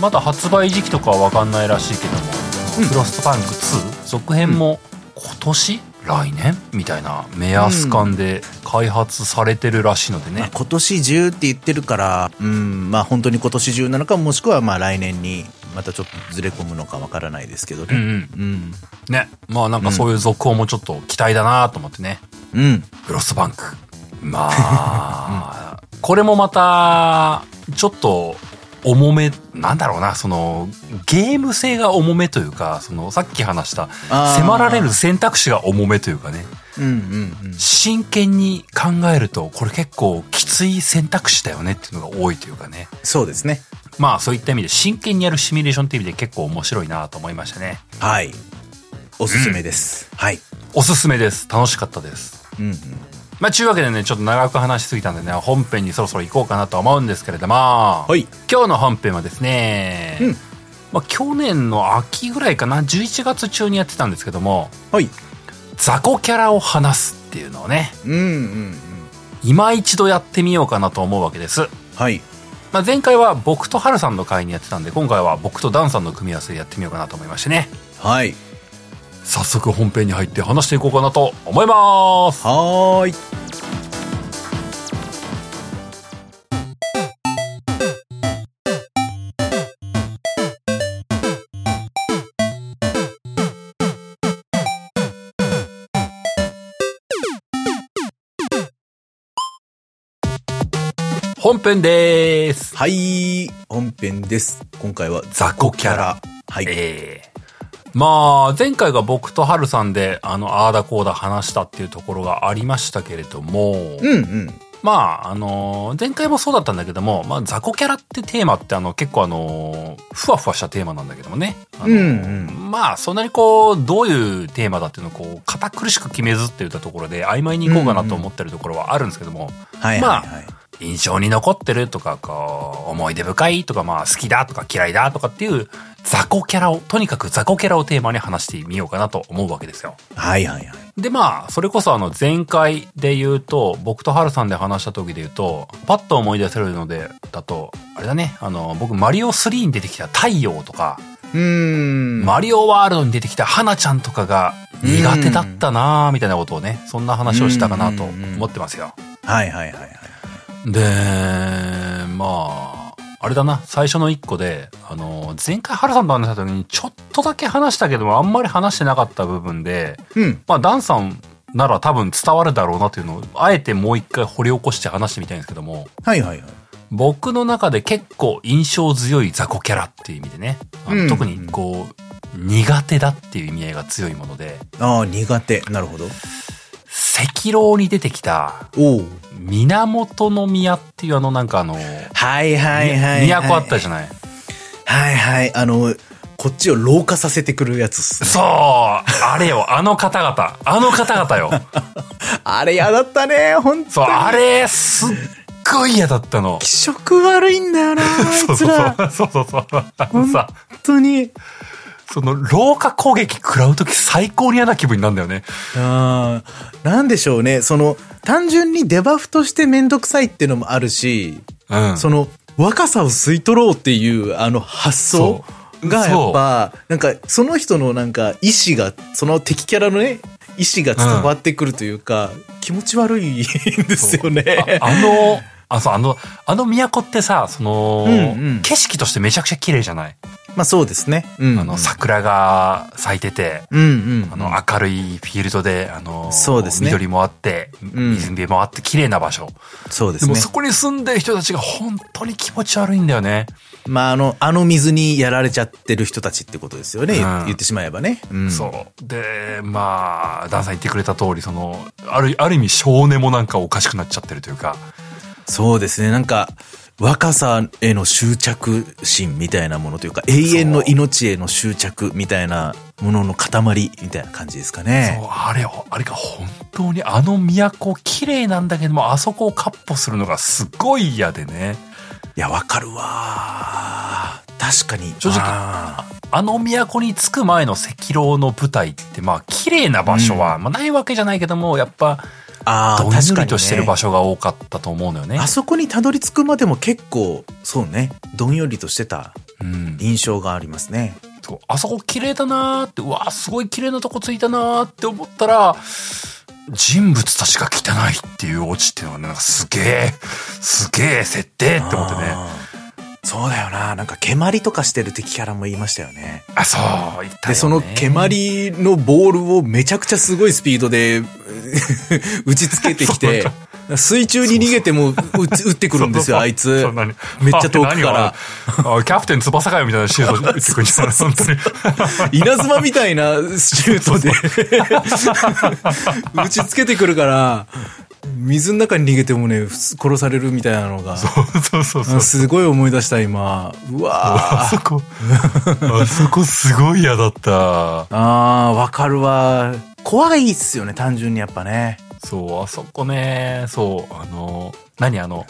まだ発売時期とかは分かんないらしいけども「うんフロストパンク2」続編も今年、来年みたいな目安感で開発されてるらしいのでまあね、今年中って言ってるからうんまあ本当に今年中なのかもしくはまあ来年にまたちょっとずれ込むのかわからないですけどうんうねんうんねまあなんかそういう続報もちょっと期待だなと思ってねうんフロストバンク。まあ、 (laughs) これもまた、ちょっと、重め、なんだろうな、その、ゲーム性が重めというか、その、さっき話した、あー迫られる選択肢が重めというかね、うんうんうん真剣に考えると、これ結構きつい選択肢だよねっていうのが多いというかね。そうですねまあ、そういった意味で、真剣にやるシミュレーションっていう意味で結構面白いなと思いましたね。はいおすすめです、はいおすすめです。楽しかったです。うんうんまあ、ちゅうわけでね、ちょっと長く話しすぎたんでね、本編にそろそろ行こうかなとは思うんですけれども、はい今日の本編はですね、うんまあ、去年の秋ぐらいかな、11月中にやってたんですけども、はい雑魚キャラを話すっていうのをね、うんうんうん今一度やってみようかなと思うわけです。はいまあ、前回は僕とハルさんの会にやってたんで、今回は僕とダンさんの組み合わせでやってみようかなと思いましてね、はい早速本編に入って話していこうかなと思います。はーい本編です。はい、本編です。今回は雑魚キャラ。はい。ええまあ、前回が僕とハルさんで、あの、ああだこうだ話したっていうところがありましたけれども、うんうん。まあ、あのー前回もそうだったんだけども、まあ、雑魚キャラってテーマって、あの、結構あのーふわふわしたテーマなんだけどもね。あのうんうんまあ、そんなにこう、どういうテーマだっていうのを、こう、堅苦しく決めずって言ったところで、曖昧にいこうかなと思ってるところはあるんですけども、はいはい、はい。ま印象に残ってるとか、こう、思い出深いとか、まあ好きだとか嫌いだとかっていう雑魚キャラを、とにかく雑魚キャラをテーマに話してみようかなと思うわけですよ。はいはいはい。でまあ、それこそあの前回で言うと、僕とハルさんで話した時で言うと、パッと思い出せるので、だと、あれだね、あの、僕マリオ3に出てきた太陽とか、うーん。マリオワールドに出てきた花ちゃんとかが苦手だったなぁ、みたいなことをね、そんな話をしたかなと思ってますよ。はいはいはいはい。で、まあ、あれだな、最初の一個で、あの、前回原さんと話した時にちょっとだけ話したけども、あんまり話してなかった部分で、うん。まあ、ダンさんなら多分伝わるだろうなというのを、あえてもう一回掘り起こして話してみたいんですけども、はいはいはい。僕の中で結構印象強い雑魚キャラっていう意味でね、あのうん特にこう、苦手だっていう意味合いが強いもので、ああ、苦手。なるほど。赤狼に出てきた、おお。源宮っていうあのなんかあの、はいはいはい、はい。都あったじゃない。はいはい。あの、こっちを老化させてくるやつっす。そうあれよ、あの方々。あの方々よ。 (laughs) あれ嫌だったね、本当そう、あれ、すっごい嫌だったの。気色悪いんだよな、あそういつそう (laughs) ら。そう。そうそうそう。あのさ、本当に。その、廊下攻撃食らうとき最高に嫌な気分になるんだよね。あーなんでしょうね。その、単純にデバフとしてめんどくさいっていうのもあるし、うん。その、若さを吸い取ろうっていう、あの、発想そうが、やっぱ、なんか、その人のなんか、意志が、その敵キャラのね、意志が伝わってくるというか、気持ち悪いんですよね。あの、あ、そう、あの、あの都ってさ、その、うんうん景色としてめちゃくちゃ綺麗じゃない、 (laughs) まあそうですね。うん。あの、桜が咲いてて、うんうん。あの、明るいフィールドで、あの、そうですね緑もあって、ん水辺もあって、綺麗な場所。そうでですもね。そこに住んでる人たちが本当に気持ち悪いんだよね。まああの、あの水にやられちゃってる人たちってことですよね。言うん言ってしまえばね。うんそう。で、まあ、ダンさん言ってくれた通り、その、ある、ある意味少年もなんかおかしくなっちゃってるというか、そうですね。なんか、若さへの執着心みたいなものというか、永遠の命への執着みたいなものの塊みたいな感じですかそね。うあれを、あれが本当にあの都綺麗なんだけども、あそこをカッポするのがすごい嫌でね。いや、わかるわー。確かに。正直あーあの都に着く前の赤狼の舞台って、まあ、綺麗な場所は、まあ、ないわけじゃないけども、やっぱ、あー、どん確よかりに、ね。としてる場所が多かったと思うのよねあ。そこにたどり着くまでも結構、そうね、どんよりとしてたうん。印象がありますね。そうあそこ綺麗だなーって、うわーすごい綺麗なとこ着いたなーって思ったら、人物たちが汚いっていうオチっていうのがね、なんかすげえ、すげえ設定って思ってね。あーそうだよな。なんか、蹴鞠とかしてる敵キャラも言いましたよね。あ、そう、いたよ、ね。で、その蹴鞠のボールをめちゃくちゃすごいスピードで (laughs) 打ちつけてきて (laughs) そう、水中に逃げても打ち打ってくるんですよ、あいつそ。んなにめっちゃ遠くからあ何をあキャプテン翼かよみたいなシュート打ってくるんじゃない本当に。稲妻みたいな (laughs) シュートで打ちつけてくるから、水の中に逃げてもね、ふつ殺されるみたいなのが、そうそうそうあ。すごい思い出した、今。うあわそこ、あそこすごい嫌だった。ーあー、わかるわ。怖いっすよね、単純にやっぱね。そう、あそこね、そう、あの、何あの、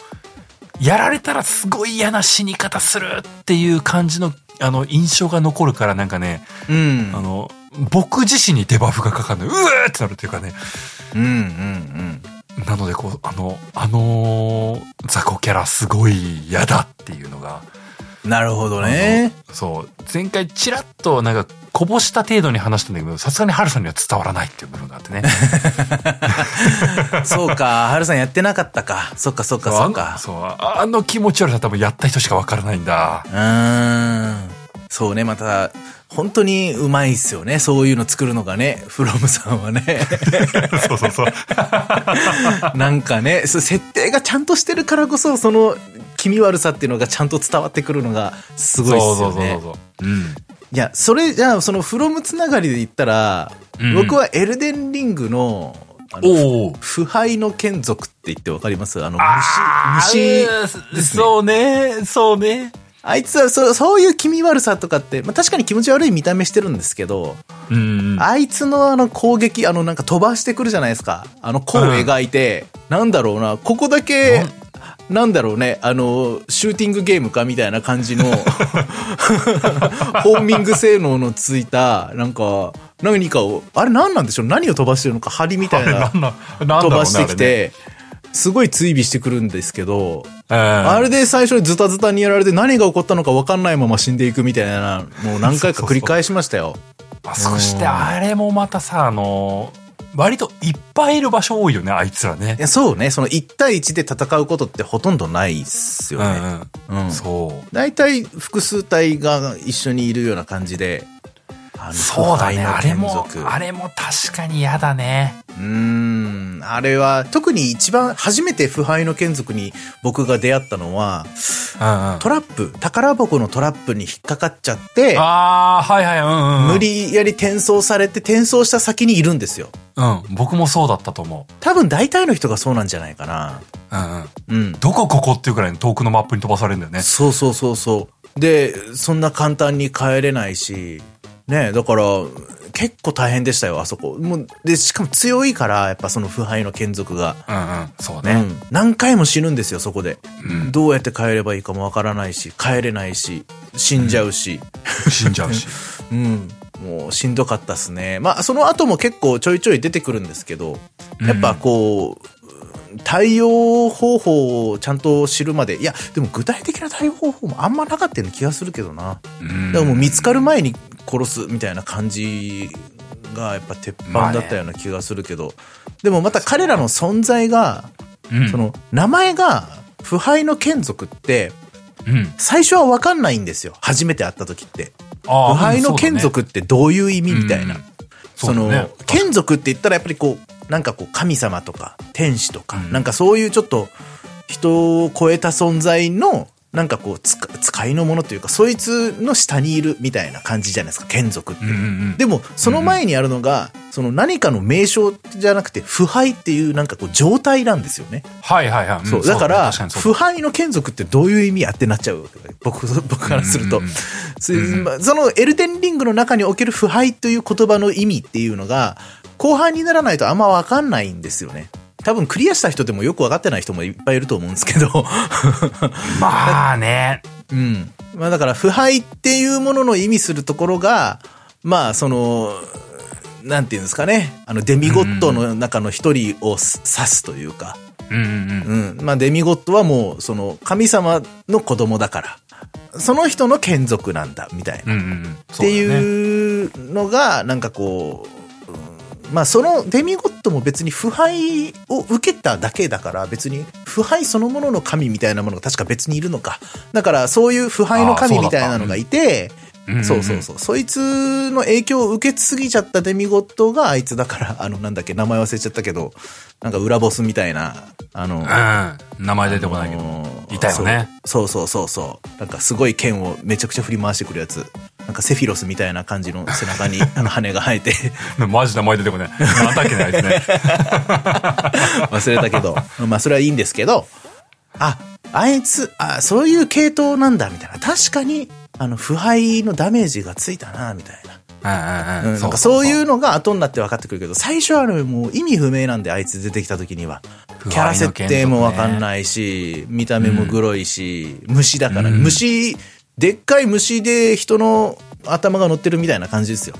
やられたらすごい嫌な死に方するっていう感じの、あの、印象が残るからなんかね、うん。あの、僕自身にデバフがかかるの、うえーってなるっていうかね、うん、うん、うん。なのでこう、あの、あのー雑魚キャラすごい嫌だっていうのが、なるほどね。そう、前回チラッとなんかこぼした程度に話したんだけど、さすがにハルさんには伝わらないっていう部分があ (laughs) ってね。そ (laughs) うか、はるさんやってなかったか。そっかそっかそっか。そう、ああの気持ち悪さ多分やった人しかわからないんだ。 (laughs) うーん。そうね、また、本当にうまいっすよね。そういうの作るのがね、フロムさんはね。 (laughs) そうそうそう。なんかね、そう設定がちゃんとしてるからこそ、その気味悪さっていうのがちゃんと伝わってくるのがすごいっすよそうそうね。そうそう。うん。いや、それじゃあ、そのフロムつながりで言ったら、うん僕はエルデンリングの、あのおお。腐敗の眷属って言ってわかりますあの、あ虫、虫、ーそうね、そうね。あいつはそそういう気味悪さとかって、まあ、確かに気持ち悪い見た目してるんですけど、うん。あいつのあの攻撃、あのなんか飛ばしてくるじゃないですか。あの弧を描いて、なんだろうな、ここだけ、なんだろうね、あの、シューティングゲームかみたいな感じの、ホーミング性能のついた、なんか、何かを、あれ何なんでしょう何を飛ばしてるのか針みたいななんな、なんだろう飛ねばしてき。て、すごい追尾してくるんですけど、あれで最初にズタズタにやられて何が起こったのか分かんないまま死んでいくみたいな (laughs) のを何回か繰り返しましたよ。あそしてあれもまたさ、あの、割といっぱいいる場所多いよね、あいつらねい。やそうね、その1対1で戦うことってほとんどないっすうよね。んうんうん。そう。大体複数体が一緒にいるような感じで、あのそうだね。あれ腐敗のも連、続あれも確かに嫌だね。うーんあれは特に一番初めて腐敗の眷属に僕が出会ったのはうんうん。トラップ宝箱のトラップに引っかかっちゃってああ、はいはい、うんうん。無。理やり転送されて転送した先にいるんですようん。僕もそうだったと思多分大体の人がそうなんじゃないかなう。うんうん。うんどこここっていうくらいの遠くのマップに飛ばされるんだよね。そうそうそうそうでそんな簡単に帰れないしねだから結構大変でしたよあそこもうでしかも強いからやっぱその腐敗の眷属がうんうん。そううね。ん、何回も死ぬんですよそこで、うんどうやって帰ればいいかもわからないし帰れないし死んじゃうし、死んじゃうし。うん、もうしんどかったっすねまあその後も結構ちょいちょい出てくるんですけどやっぱこう、対応方法をちゃんと知るまでいやでも具体的な対応方法もあんまなかったような気がするけどなうんだからもう見つかる前に殺すみたいな感じがやっぱ鉄板だったような気がするけど、でもまた彼らの存在がうんその名前が腐敗の眷属ってうん。最初は分かんないんですよ初めて会った時ってあー腐敗のうんそうだね眷属ってどういう意味みたいな、うんそそうだのね眷属って言ったらやっぱりこうなんかこう神様とか天使とか、うんなんかそういうちょっと人を超えた存在のなんかこうつか使いのものというかそいつの下にいるみたいな感じじゃないですか眷属って、うんうんうん。でもその前にあるのが、その何かの名称じゃなくて腐敗っていうなんかこう状態なんですよねはいはいはい。んそう、だから、確にそうだ腐敗の眷属ってどういう意味やってなっちゃうわけだよ僕、僕からするとうんうんうん。そまあそのエルデンリングの中における腐敗という言葉の意味っていうのが、後半にならないとあんまわかんないんですよね。多分クリアした人でもよくわかってない人もいっぱいいると思うんですけど。 (laughs) まあね。うん。まあだから腐敗っていうものの意味するところが、まあその、なんていうんですかね。あのデミゴッドの中の一人を指すというか。うんうんうん。うん。まあ、デミゴッドはもう、その、神様の子供だから、その人の眷属なんだ、みたいな。うっんうんうん。っていうのが、なんかこう、うんまあ、そのデミゴッドも別に腐敗を受けただけだから、別に腐敗そのものの神みたいなものが確か別にいるのか。だから、そういう腐敗の神みたいなのがいて、そうそうそう。そいつの影響を受けすぎちゃったデミゴッドがあいつだから、あの、なんだっけ、名前忘れちゃったけど、なんか裏ボスみたいな、あの、うん。名前出てこないけあど。のーいたよねそうそうそうそうなんかすごい剣をめちゃくちゃ振り回してくるやつなんかセフィロスみたいな感じの背 (laughs) 中にあの羽が生えてマジで名前出てこない。なんだっけね、あいつ (laughs) ね。忘れたけどまあそれはいいんですけどああいつあそういう系統なんだみたいな確かにあの腐敗のダメージがついたなみたいうなんうんううんん。。なんかそういううのが後になって分かってくるけど、最初はねもう意味不明なんで、あいつ出てきた時には。不キャラ敗の設定も分かんい。ないし、見た目もグロいし、虫だから、うん虫、でっかい虫で人の頭が乗ってるみたいな感じですよ。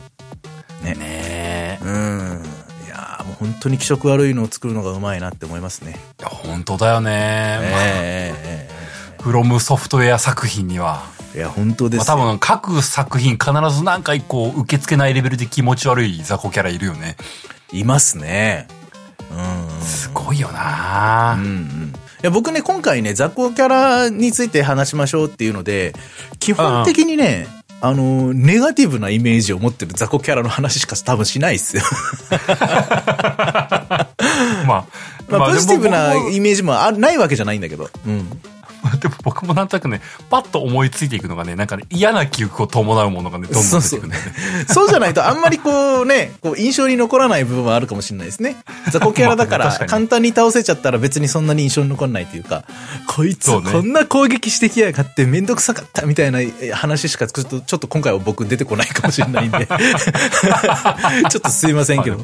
ねえ。うん。いやーもう本当に気色悪いのを作るのがうまいなって思いますね。いや本当だよね。ええフロムソフトウェア作品には。ええいや、本当でまあす多よ。分各作品必ずなんか一個受け付けないレベルで気持ち悪い雑魚キャラいるよね。いますね。うん。すごいよなうんうんいや僕ね、今回ね、雑魚キャラについて話しましょうっていうので、基本的にね、あの、ネガティブなイメージを持ってる雑魚キャラの話しか多分しないっすよ。まあ、 (laughs) まあ、ポジティブなでも僕もイメージもあないわけじゃないんだけど。うん。でも僕もなんとなくね、パッと思いついていくのがね、なんかね、嫌な記憶を伴うものがね、どんどんそう出そてくうるんだよね。 (laughs) そうじゃないとあんまりこうね、こう印象に残らない部分はあるかもしれないですね。雑魚キャラだかまあら確かに簡単に倒せちゃったら別にそんなに印象に残らないというか、こいつそうねこんな攻撃してきやがってめんどくさかったみたいなえ話しかちょっとちょっと今回は僕出てこないかもしれない (laughs) んで。ちょっとすいませんけど。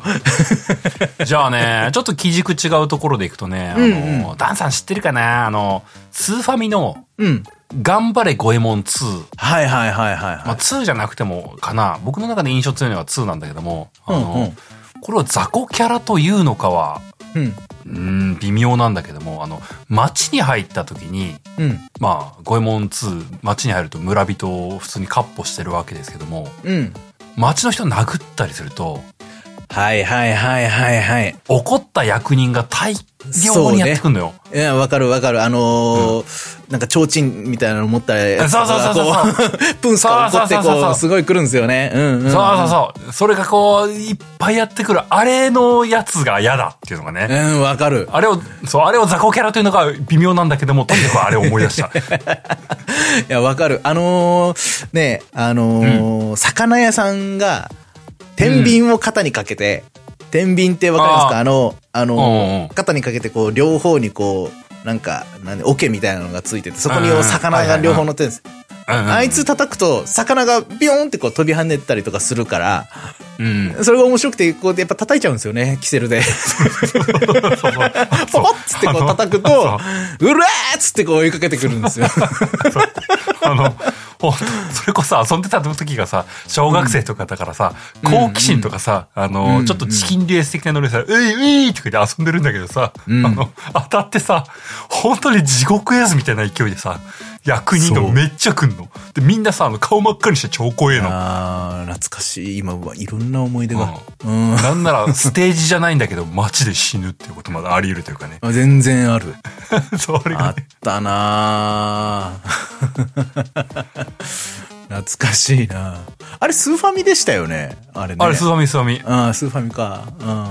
じゃあね、 (laughs) ちょっと基軸違うところでいくとね、あの、うんダンさん知ってるかなあの、スーファミの、うん。頑張れゴエモン2。はいはいはいはい、まあ、は2じゃなくてもかな。僕の中で印象強いのは2なんだけども、あの、うんうんこれを雑魚キャラというのかは、い。うん。うーん、微妙なんだけども、あの、街に入った時に、うん。まあ、ゴエモン2、街に入ると村人を普通にカッポしてるわけですけども、うん。街の人を殴ったりすると、はいはいはいはいはい。怒った役人が大量にやってくんのよ。いや、わかるわかる。あのーなんか提灯みたいなの持ったやつそうそうそうそうこう (laughs) プンスカ怒ってそうそうそうこそううすごい来るんですよねうんうんそうそうそう。それがこう、いっぱいやってくる、あれのやつが嫌だっていうのがね。うんわかるあれを、そう、あれを雑魚キャラというのが微妙なんだけども、とにかくあれを思い出 (laughs) した。いやわかるあのーねあのー魚屋さんが天秤を肩にかけて、天秤ってわかりますあかーあのあのーうんうん肩にかけてこう両方にこうなんかなんで桶みたいなのがついててそこにうんうん魚が両方乗ってるんですうんうんあいつ、叩くと魚がビヨーンってこう飛び跳ねたりとかするからうん。それが面白くて、こうやっぱ叩いちゃうんですよね、キセ (laughs) ルで。そうそうポコッつってこう叩くと、うるえーっつってこう追いかけてくるんですよ。 (laughs) あの、ほんとそれこそ遊んでた時がさ、小学生とかだからさ、好奇心とかさ、あの、うんちょっとチキンレース的なノリでさ、ういういとか言って遊んでるんだけどさ、うんあの、当たってさ、本当に地獄絵図みたいな勢いでさ、役人のそうめっちゃ来んの。で、みんなさ、あの顔真っ赤にして超怖えの。 (laughs) あー、懐かしい。今はいろんな思い出が。ううん。。なんなら、ステージじゃないんだけど、街で死ぬっていうことまであり得るというかね (laughs) 全然ある。それあがっね。たなー (laughs) 懐かしいなあれ、スーファミでしたよね。あれね。あれ、すファミ。わみすわみ。あースーファミか。うんうんうん。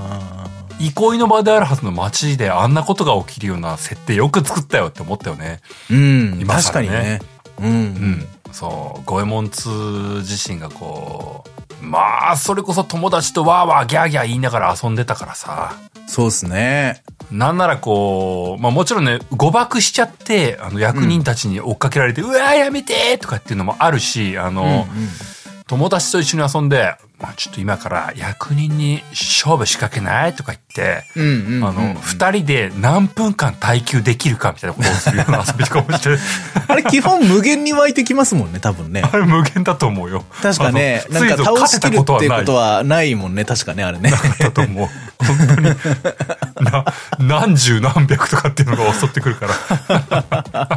憩いの場であるはずの街であんなことが起きるような設定よく作ったよって思ったよね。うん、今確か更にねね。うん。うん、そう五右衛門2自身がこうまあそれこそ友達とわーわーギャーギャー言いながら遊んでたからさそうですね。なんならこう、まあもちろんね、誤爆しちゃって、あの役人たちに追っかけられて、うわーやめてーとかっていうのもあるし、あうんうの、ん友達と一緒に遊んで、まあちょっと今から役人に勝負仕掛けないとか言って、うんうんうんあの、二、人で何分間耐久できるかみたいなことをするような遊びとかもして、あれ基本無限に湧いてきますもんね、(laughs) 多分ね。あれ無限だと思うよ。確かね、あのなんか水族倒しきるっていう勝こてたとはないもんね、確かね、あ (laughs) れね。なかったと思う。本当に。な、何十何百とかっていうのが襲ってくるから。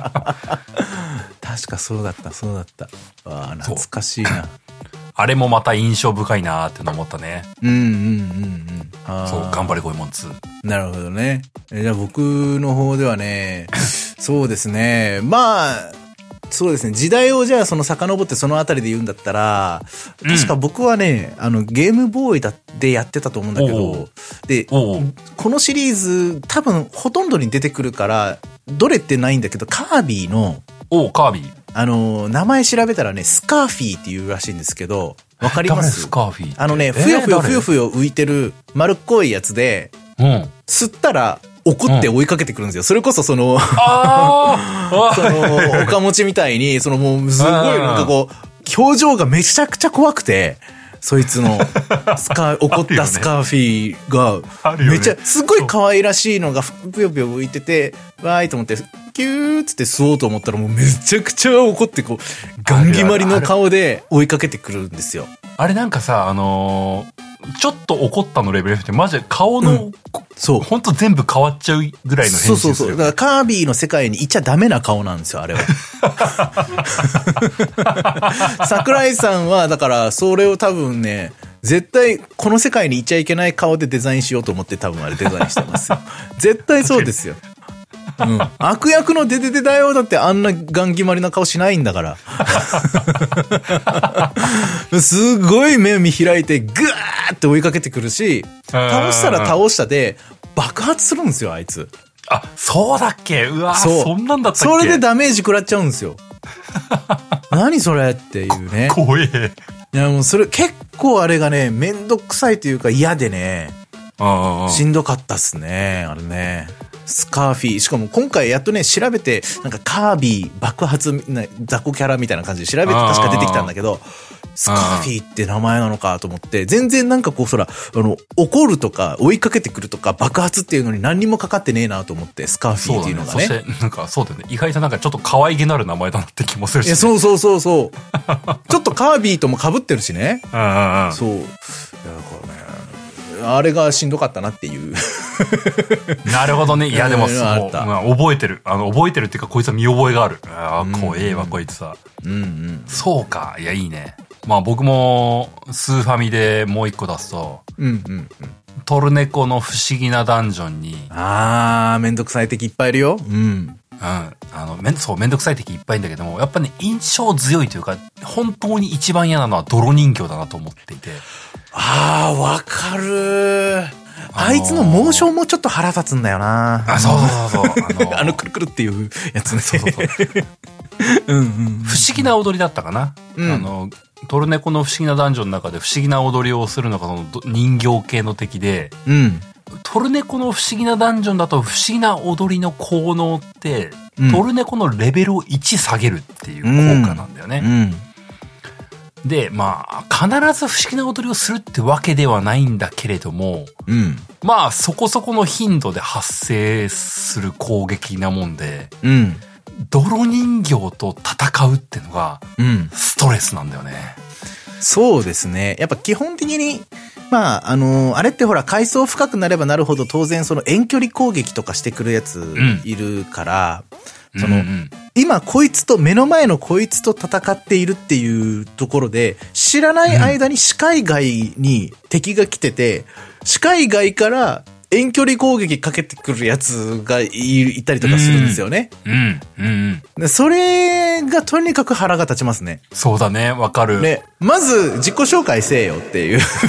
確かそうだった、そうだった。わあ、そう懐かしいな。あれもまた印象深いなーっての思ったね。うんうんうんうん。あーそう、頑張れ五右衛門2。なるほどね。えじゃあ僕の方ではね、そうですね。まあ、そうですね。時代をじゃあその遡ってそのあたりで言うんだったら、うん確か僕はね、あのゲームボーイだでやってたと思うんだけおどう、で、おうおうこのシリーズ多分ほとんどに出てくるから、どれってないんだけど、カービィの、おう、カービィ。あのー名前調べたらね、スカーフィーっていうらしいんですけど、わかりま誰すスカーフィーって。あのね、えーふよふよふよよ。ふよ浮いてる丸っこいやつで、誰うん。吸ったら怒って追いかけてくるんですよ。それこそその、あーそあの、おかもちみたいに、そのもうすごいなんかこう、表情がめちゃくちゃ怖くて、そいつ (laughs) の、スカー、怒あっるよたねスカーフィーあが、るよねめちゃ、すごい可愛らしいのがぷよぷよ浮いてて、わーいと思って、キューっつって吸おうと思ったらもうめちゃくちゃ怒ってこう、ガン決まりの顔で追いかけてくるんですよ。あれなんかさ、あのーちょっと怒ったのレベルって、マジで顔の、そう。ほんと全部変わっちゃうぐらいの変そう身そうすそう。るだよかね。らカービィの世界にいちゃダメな顔なんですよ、 (laughs) あれは。桜井さんは、だから、それを多分ね、絶対、この世界にいちゃいけない顔でデザインしようと思って多分あれデザインしてま (laughs) すよ。絶対そうですよ。うん。悪役のデデデだよだってあんなガン決まりな顔しないんだから。 (laughs) すごい目を見開いて、ぐわーって追いかけてくるし、倒したら倒したで、爆発するんですよ、あいつ。あ、そうだっけうわーそうそんなんだったっけそれでダメージ食らっちゃうんで (laughs) すよ。何それっていうね。怖 (laughs) え。いやもうそれ結構あれがね、めんどくさいというか嫌でね、うんうんうんしんどかったっすね、あれね。スカーフィー。しかも今回やっとね、調べて、なんかカービィ爆発み、な雑魚キャラみたいな感じで調べて確か出てきたんだけど、スカーフィーって名前なのかと思って、全然なんかこう、そら、あの、怒るとか、追いかけてくるとか、爆発っていうのに何にもかかってねえなと思って、スカーフィそーうっだていうねのがそねし。てなんかそうだよね意外となんかちょっと可愛げのある名前だなって気もするし、いや、うそうそうそうそう。 (laughs) ちょっとカービィとも被ってるしね。んうんうんそう。いや、これね、あれがしんどかったなっていう。 (laughs) なるほどねいやでもうんそう、あったまあ覚えてるあの覚えてるっていうかこいつは見覚えがあるああ怖えわ、うんこいつはうんうん。そうかいやいいねまあ僕もスーファミでもう一個出すとうんうん。トルネコの不思議なダンジョンに、うん、あー、めんどくさい敵いっぱいいるよ。うん。ああの、めん、そう、めんどくさい敵いっぱいいんだけども、やっぱね、印象強いというか、本当に一番嫌なのは泥人形だなと思っていて。あー、わかる。あいつのモーションもちょっと腹立つんだよな。あ、そうそうそうそう。 (laughs) あの、くるくるっていうやつね。そうそうそう。 (laughs) うんうん。不思議な踊りだったかな。うんあの、トルネコの不思議な男女の中で不思議な踊りをするのがそのど人形系の敵で、うん。トルネコの不思議なダンジョンだと不思議な踊りの効能って、うんトルネコのレベルを1下げるっていう効果なんだよね。うん。で、まあ、必ず不思議な踊りをするってわけではないんだけれども、うん。まあ、そこそこの頻度で発生する攻撃なもんで、うん。泥人形と戦うってのがうん。ストレスなんだよね。そうですね。やっぱ基本的に、まあ、あの、あれってほら、階層深くなればなるほど当然その遠距離攻撃とかしてくるやつんいるから、そのうんうん今こいつと目の前のこいつと戦っているっていうところで、知らない間に視界外に敵が来てて、視界外から遠距離攻撃かけてくるやつがいいたりとかするんですよね。うん、うん、うん。でそれがとにかく腹が立ちますね。そうだね、わかる。ね、まず自己紹介せえよっていう。 (laughs) そう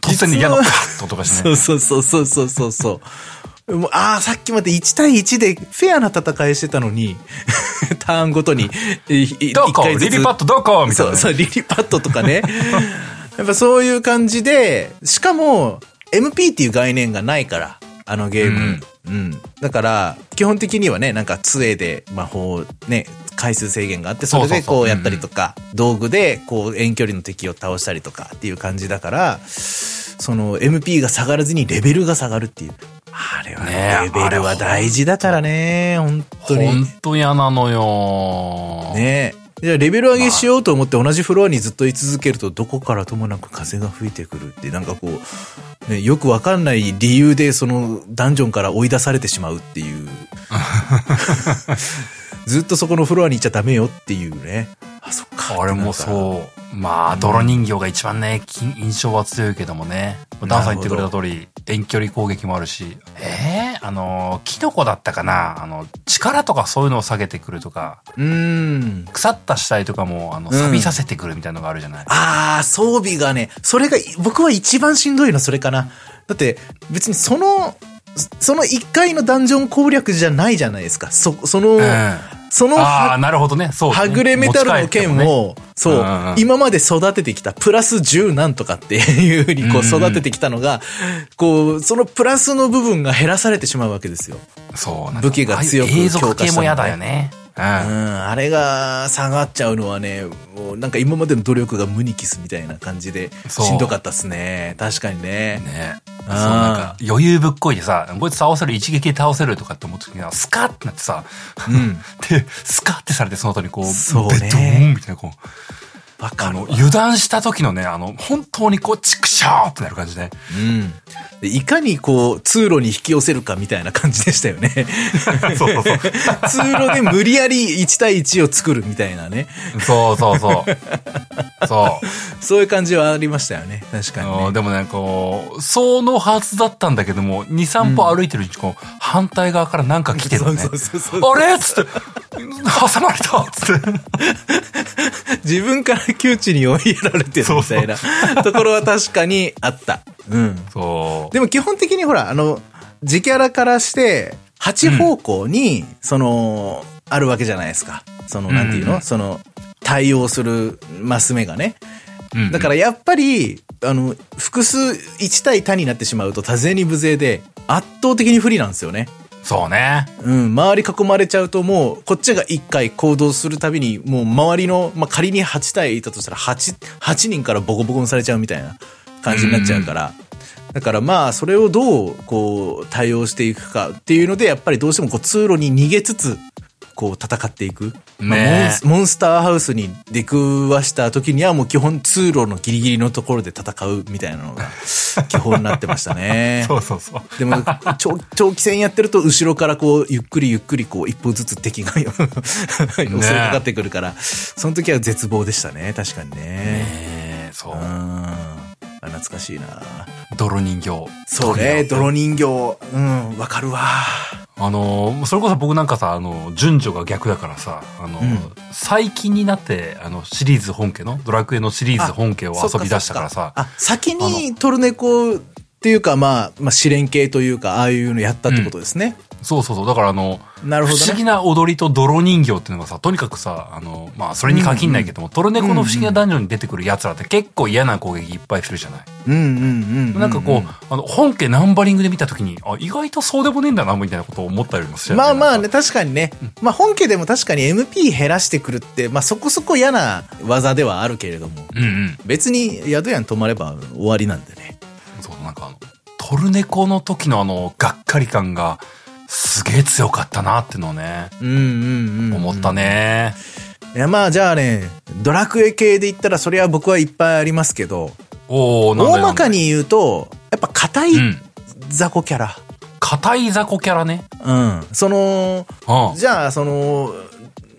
突然に嫌なパッと音がしてそね。うそうそうそうそうそうそう。もうああ、さっきまで1対1でフェアな戦いしてたのに、 (laughs) ターンごとに、いい一どこ回ずリつリパッドどこみたいそなうね。そう、リリパッドとかね。やっぱそういう感じで、しかも、MP っていう概念がないから、あのゲーム。うん。だから、基本的にはね、なんか杖で魔法、ね、回数制限があって、それそうでそうそうこうやったりとか、道具でこう遠距離の敵を倒したりとかっていう感じだから、その MP が下がらずにレベルが下がるっていう。あれはねね、えレベルあはれ大事だからね、本当に。本当嫌なのよ。ねえ。じゃあレベル上げしようと思って同じフロアにずっと居続けるとどこからともなく風が吹いてくるってなんかこう、ね、よくわかんない理由でそのダンジョンから追い出されてしまうっていう。ずっとそこのフロアに行っちゃダメよっていうね。あ、そっか。あれもう。そう。まあ、泥人形が一番ね、き印象は強いけどもね。ダンさん言ってくれた通り、遠距離攻撃もあるし、えー、あの、キノコだったかなあの、力とかそういうのを下げてくるとか、うーん。腐った死体とかも、あの、うん錆びさせてくるみたいなのがあるじゃない、ああ、装備がね、それが、僕は一番しんどいのそれかな。だって、別にその、その一回のダンジョン攻略じゃないじゃないですか。そ、その、うん。そのああ、なるほどね。そう、ね。はぐれメタル持の剣ち帰ってもね、を、そううんうん、今まで育ててきた、プラス10なんとかっていうふうにこううんうん育ててきたのが、こう、そのプラスの部分が減らされてしまうわけですよ。そうなんか武器が強くああいう永続強化系したのねも嫌だよね。うん。うん、あれが下がっちゃうのはね、もうなんか今までの努力が無に帰すみたいな感じで、そうしんどかったっすね。確かにね。ねそうあーなんか余裕ぶっこいてさ、こいつ倒せる、一撃で倒せるとかって思った時には、スカッてなってさ、うん。 (laughs) で、スカってされて、その後にこう、そうねベドーンみたいな、こう、わかあるの、わ。油断した時のね、あの、本当にこう、チクショーってなる感じね。うん。でいかにこう、通路に引き寄せるかみたいな感じでし (laughs) たよね。そうそうそう。通路で無理やり1対1を作るみたいなね。 (laughs) そうそうそう。そうそういう感じはありましたよね。確かあにの。ね。でもね、こう、そのはずだったんだけども、2、3歩歩いてるうちに、こう、反対側からなんか来てるそのうねそ。うそうそう。あれっつって、挟まれたっつって。自分から窮地に追いやられてるみたいなところは確かにあった。うん。そう。でも基本的にほら、あの、自キャラからして、8方向に、その、あるわけじゃないですか。その、なんていううんの、うんその、対応するマス目がね。うんだからやっぱり、あの、複数1対他になってしまうと多勢に無勢で、圧倒的に不利なんですよね。そうね。うん、周り囲まれちゃうともう、こっちが一回行動するたびに、もう周りの、まあ、仮に8対いたとしたら、8、8人からボコボコにされちゃうみたいな感じになっちゃうから。だからまあ、それをどう、こう、対応していくかっていうので、やっぱりどうしてもこう、通路に逃げつつ、こう、戦っていく。まあねえモンスモンスターハウスに出くわした時には、もう基本通路のギリギリのところで戦うみたいなのが、基本になってまし (laughs) たね。そうそうそう。でも、 (laughs) 長長期戦やってると、後ろからこう、ゆっくりゆっくりこう、一歩ずつ敵が (laughs) 襲いかかってくるから、その時は絶望でしたね、確かにね。えー、そうう。ん。あ懐かしいな泥人形。そうね、泥人形。うん、わかるわ。あのそれこそ僕なんかさあの順序が逆だからさあの、うん最近になってあのシリーズ本家のドラクエのシリーズ本家をそっ遊び出したからそっさあ、先にトルネコっていうか、まあ、まあ、試練系というか、ああいうのやったってことですね。そうそうそうだからあのなるほど、ね。不思議な踊りと泥人形っていうのがさとにかくさあの、まあ、それに限んないけども、トルネコの不思議な男女に出てくるやつらって結構嫌な攻撃いっぱいするじゃない、うんうんうんうん。なんかこうあの本家ナンバリングで見た時にあ意外とそうでもねえんだなみたいなことを思ったりもしちゃうまあまあね、なんか確かにね。まあ本家でも確かに MP 減らしてくるって、まあそこそこ嫌な技ではあるけれども、うんうん別に宿屋に泊まれば終わりなんでね。そうなんかあのトルネコの時のあのがっかり感がすげえ強かったなっていうのをねうんうんうん。思った。ね、いやまあじゃあね、ドラクエ系で言ったらそれは僕はいっぱいありますけど、おおなんだよ大なんまだかよに言うと、やっぱ硬いうん雑魚キャラ。硬い雑魚キャラねうん。その、うんじゃあ、その、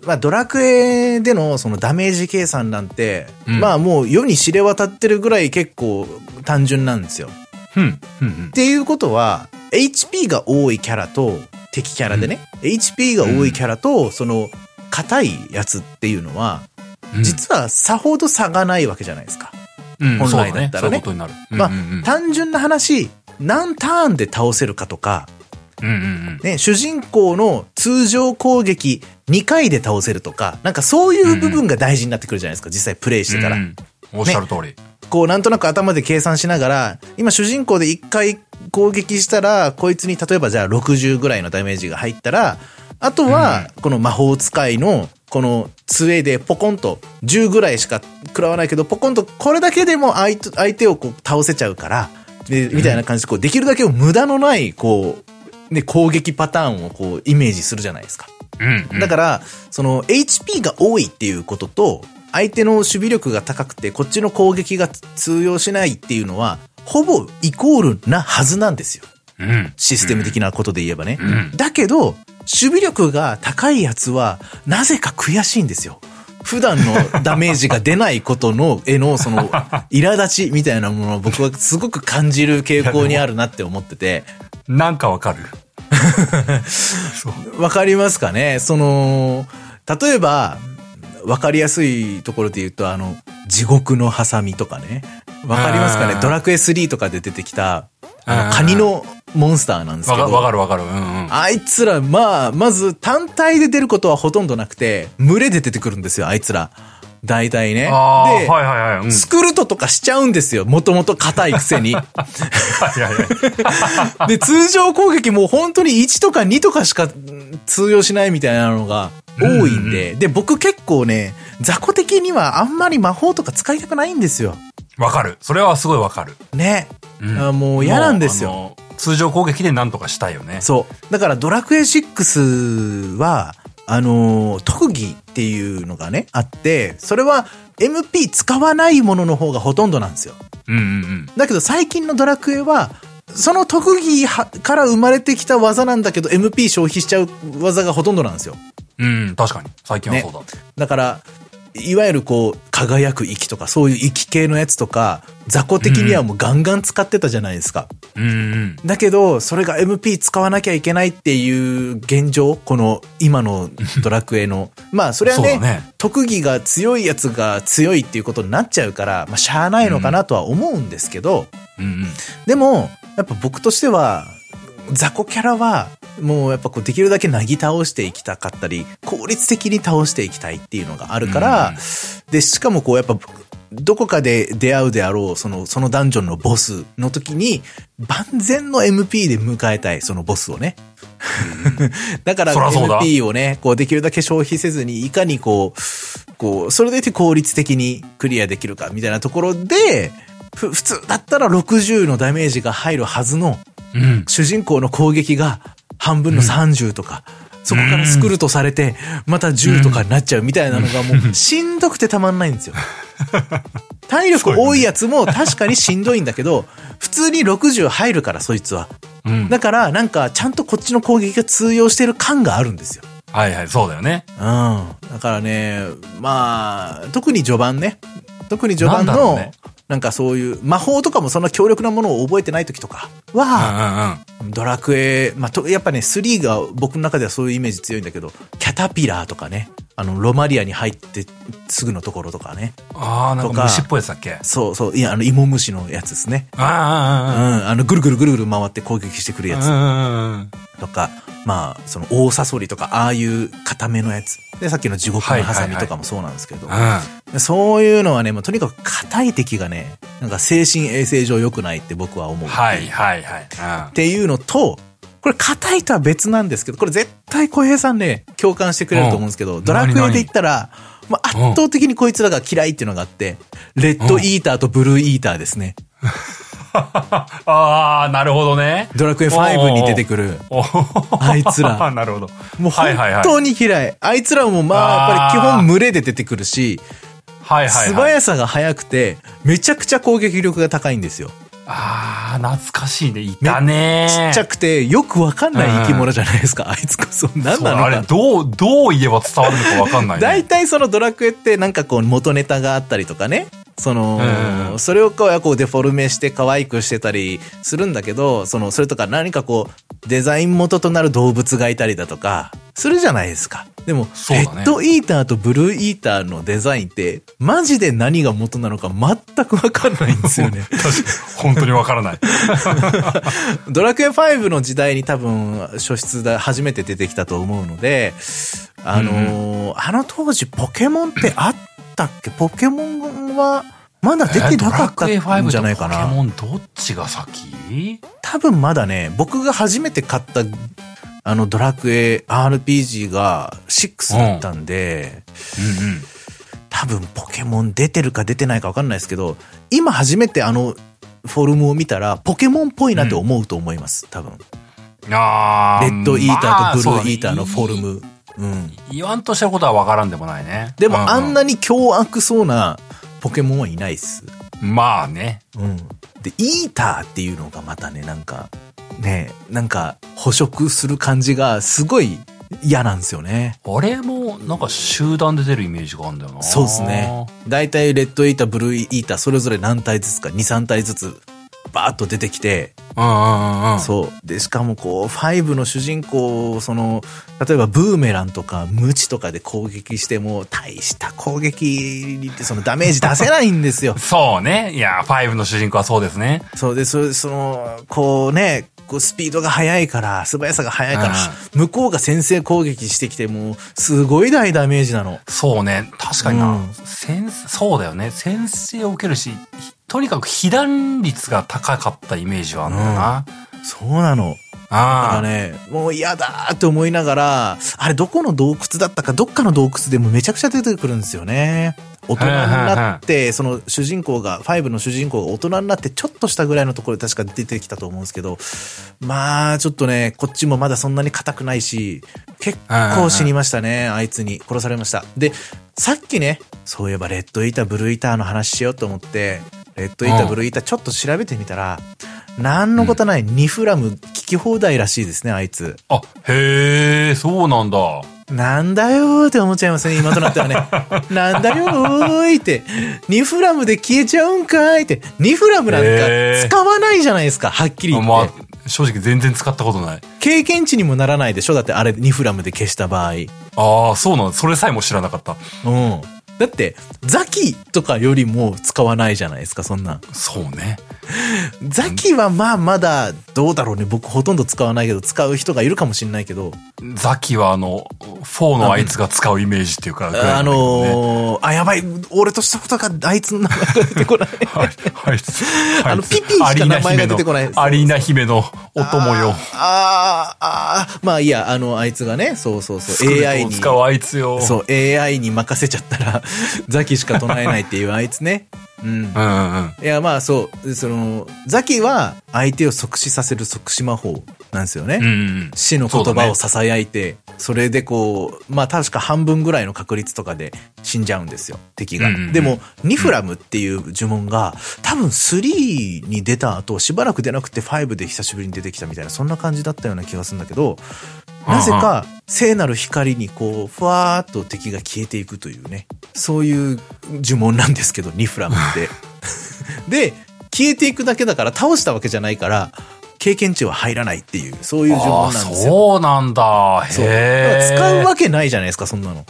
まあ、ドラクエでのそのダメージ計算なんて、うんまあもう世に知れ渡ってるぐらい結構単純なんですよ。っうんうんうんていうことは、HP が多いキャラと、敵キャラでね、HP が多いキャラと、その、硬いやつっていうのは、うん実はさほど差がないわけじゃないですか。うん本来そうだだねったそらういねうことになるまあうんうんうん単純な話、何ターンで倒せるかとか、うんうんうんね、主人公の通常攻撃2回で倒せるとか、なんかそういう部分が大事になってくるじゃないですか、実際プレイしてたら。うんうんおっしゃる通り、こうなんとなく頭で計算しながら、今主人公で1回攻撃したら、こいつに例えばじゃあ60ぐらいのダメージが入ったら、あとは、この魔法使いの、この杖でポコンと10ぐらいしか食らわないけど、ポコンとこれだけでも相手相手をこう倒せちゃうから、でみたいな感じで、こうできるだけ無駄のない、こう、ね、攻撃パターンをこうイメージするじゃないですか。うんうんだから、その HP が多いっていうことと、相手の守備力が高くて、こっちの攻撃が通用しないっていうのは、ほぼイコールなはずなんですよ。うんシステム的なことで言えばね。うんだけど、守備力が高いやつは、なぜか悔しいんですよ。普段のダメージが出ないことの、への、そ (laughs) の、苛立ちみたいなものを僕はすごく感じる傾向にあるなって思ってて。なんかわかるそうわかりますかねその、例えば、わかりやすいところで言うと、あの、地獄のハサミとかね。わかりますかうねんドラクエ3とかで出てきた、あうのんカニのモンスターなんですわけかわかど。るわかるうんうんあいつら、まあ、まず単体で出ることはほとんどなくて、群れで出てくるんですよ、あいつら。大体ね。で、あーはいはいはいうんスクルトとかしちゃうんですよ。もともと硬いく (laughs) せに。はいはいはい (laughs) で、通常攻撃もう本当に1とか2とかしかうん通用しないみたいなのが多いんで、で、僕結構ね、雑魚的にはあんまり魔法とか使いたくないんですよ。わかる。それはすごいわかる。ね。うんあもう嫌なんですよ。もう。あの通常攻撃でなんとかしたいよね。そう。だからドラクエ6は、あのー特技っていうのがね、あって、それは MP 使わないものの方がほとんどなんですよ。うんうんだけど最近のドラクエは、その特技はから生まれてきた技なんだけど MP 消費しちゃう技がほとんどなんですよ。うん。うん、確かに。最近はねそうだ。だから、いわゆるこう、輝く息とか、そういう息系のやつとか、雑魚的にはもうガンガン使ってたじゃないですか。うんうん。だけど、それが MP 使わなきゃいけないっていう現状、この今のドラクエの。 (laughs) まあ、それはそねうだね特技が強いやつが強いっていうことになっちゃうから、まあ、しゃあないのかなとは思うんですけど、うんうん。でも、やっぱ僕としては、雑魚キャラは、もうやっぱこうできるだけなぎ倒していきたかったり、効率的に倒していきたいっていうのがあるから、うんで、しかもこうやっぱ、どこかで出会うであろう、その、そのダンジョンのボスの時に、万全の MP で迎えたい、そのボスをね。 (laughs) だからそらそうだ MP をね、こうできるだけ消費せずに、いかにこう、こう、それでいて効率的にクリアできるか、みたいなところで、ふ普通だったら60のダメージが入るはずの、うん。主人公の攻撃が半分の30とか、そこからスクルトされて、また10とかになっちゃうみたいなのがもう、しんどくてたまんない (laughs) んですよ。体力多いやつも確かにしんどいんだけど、普通に60入るから、そいつは。うん。だから、なんか、ちゃんとこっちの攻撃が通用してる感があるんですよ。はいはい、そうだよね。うん。だからね、まあ、特に序盤ね。特に序盤なんだろの、うねなんかそういう魔法とかもそんな強力なものを覚えてない時とかは、ドラクエ、まあ、とやっぱね、3が僕の中ではそういうイメージ強いんだけど、キャタピラーとかね、あの、ロマリアに入ってすぐのところとかね。ああなんとかか虫っぽいやつだっけあそうそう、いや、あの、芋虫のやつですね。ああああああうん、あの、ぐるぐるぐるぐる回って攻撃してくるやつやとか、まあ、その、大サソリとか、ああいう固めのやつ。で、さっきの地獄のハサミとかもそうなんですけど、そういうのはね、もうとにかく硬い敵がね、なんか精神衛生上良くないって僕は思う。はいはいはいっうていうのと、これ硬いとは別なんですけど、これ絶対小平さんね、共感してくれると思うんですけど、ドラクエで言ったら、まあ、圧倒的にこいつらが嫌いっていうのがあって、レッドイーターとブルーイーターですね。ん (laughs) ああなるほどねドラクエ5に出てくる。おあいつら (laughs) なるほどもうはい本はいはい当に嫌い。あいつらもまあ、やっぱり基あー本群れで出てくるし、はいはい素はい早さが速くて、めちゃくちゃ攻撃力が高いんですよ。ああ懐かしいねいたねちっちゃくて、よくわかんない生き物じゃないですか。あいつこそ。何そうなのあかれどうどう言えば伝わるのかわかん (laughs) ないね大体そのドラクエってなんかこう元ネタがあったりとかね。その、うんそれをこうこうデフォルメして可愛くしてたりするんだけど、その、それとか何かこう、デザイン元となる動物がいたりだとか、するじゃないですか。でも、そうだねレッドイーターとブルーイーターのデザインって、マジで何が元なのか全くわかんないんで (laughs) すよね。確かに本当にわからないドラクエ5の時代に多分、初出だ、初めて出てきたと思うので、あのーあの当時ポケモンってあったっけポケモンは、まだ出てなかったんじゃないかえドラクエ5とポケな。モンどっちが先多分まだね、僕が初めて買った、あの、ドラクエ RPG が6だったんで、うんうん多分ポケモン出てるか出てないか分かんないですけど、今初めてあの、フォルムを見たら、ポケモンっぽいなって思うと思います、多分。あレッドイーターとブルーイーターのフォルムム。うん。言わんとしたことは分からんでもないねでも、あんなにに凶悪そうなポケモンはいないっす。まあねうん。で、イーターっていうのがまたね、なんか、ね、なんか、捕食する感じがすごい嫌なんですよね。あれもなんか集団で出るイメージがあるんだよなそうですね。だいたいレッドイーター、ブルーイーター、それぞれ何体ずつか、2、3体ずつ、バーッと出てきて、うんうんうんうん。そう。で、しかもこう、ファイブの主人公を、その、例えばブーメランとか無知とかで攻撃しても、大した攻撃にって、そのダメージ出せないんですよ (laughs) そうねいやファイブの主人公はそうですねそうで、そその、こうね、こうスピードが速いから、素早さが速いから、向こうが先制攻撃してきても、すごい大ダメージなの。そうね確かにな、うん先そうだよね先生を受けるしひとにかく被弾率が高かったイメージはあるんだよな、そうなの。だかああらね、もう嫌だーって思いながら、あれどこの洞窟だったか、どっかの洞窟でもめちゃくちゃ出てくるんですよね。大人になって、その主人公が、ファイブの主人公が大人になってちょっとしたぐらいのところで確か出てきたと思うんですけど、まあ、ちょっとね、こっちもまだそんなに硬くないし、結構死にましたね、あいつに。殺されました。で、さっきね、そういえばレッドイーター、ブルーイーターの話しようと思って、レッドイーうター、んブルーイーターちょっと調べてみたら、なんのことない、ニフラム聞き放題らしいですね、あいつ。あへえそうなんだなんだよーって思っちゃいますね、今となって (laughs) はね。なんだよーいって。ニフラムで消えちゃうんかいって。ニフラムなんかへー使わないじゃないですか、はっきり言って。まあ正直全然使ったことない経験値にもならないでしょだってあれ、ニフラムで消した場合。うん。ああそうなんだそれさえも知らなかっただって、ザキとかよりも使わないじゃないですか、そんなん。そうねザキはまあまだ、どうだろうね。僕ほとんど使わないけど、使う人がいるかもしれないけど、ザキはあの4のあいつが使うイメージっていうかぐらあいなんだけどねのー、あ、やばい、俺としたことがあいつの名前が出てこない。はいはいつあのピピしか名前が出てこないアリーナ姫のアリーナ姫のお供よ。あーあー、まあいいや、あの、あいつがね、そうそうスそう、クルト AI をに。使うあいつよ。そう、AI に任せちゃったら、 (laughs) ザキしか唱えないっていうあいつね。うん。うんうんうん。いや、まあそう、その、ザキは相手を即死させる即死魔法なんですよね。うんうん。死の言葉を囁いて、そ,、れでこう、まあ確か半分ぐらいの確率とかで死んじゃうんですよ、敵が。うんうんうんでも、ニフラムっていう呪文が、多分3に出た後、しばらく出なくて5で久しぶりに出てきたみたいな、そんな感じだったような気がするんだけど、なぜうんか、聖なる光にこう、ふわーっと (laughs) 敵が消えていくというね、そういう呪文なんですけど、ニフラムって。で、消えていくだけだから倒したわけじゃないから、経験値は入らないっていう、そういう順ああ番なんですよ。そうなんだそへう。えだから使うわけないじゃないですか、そんなの。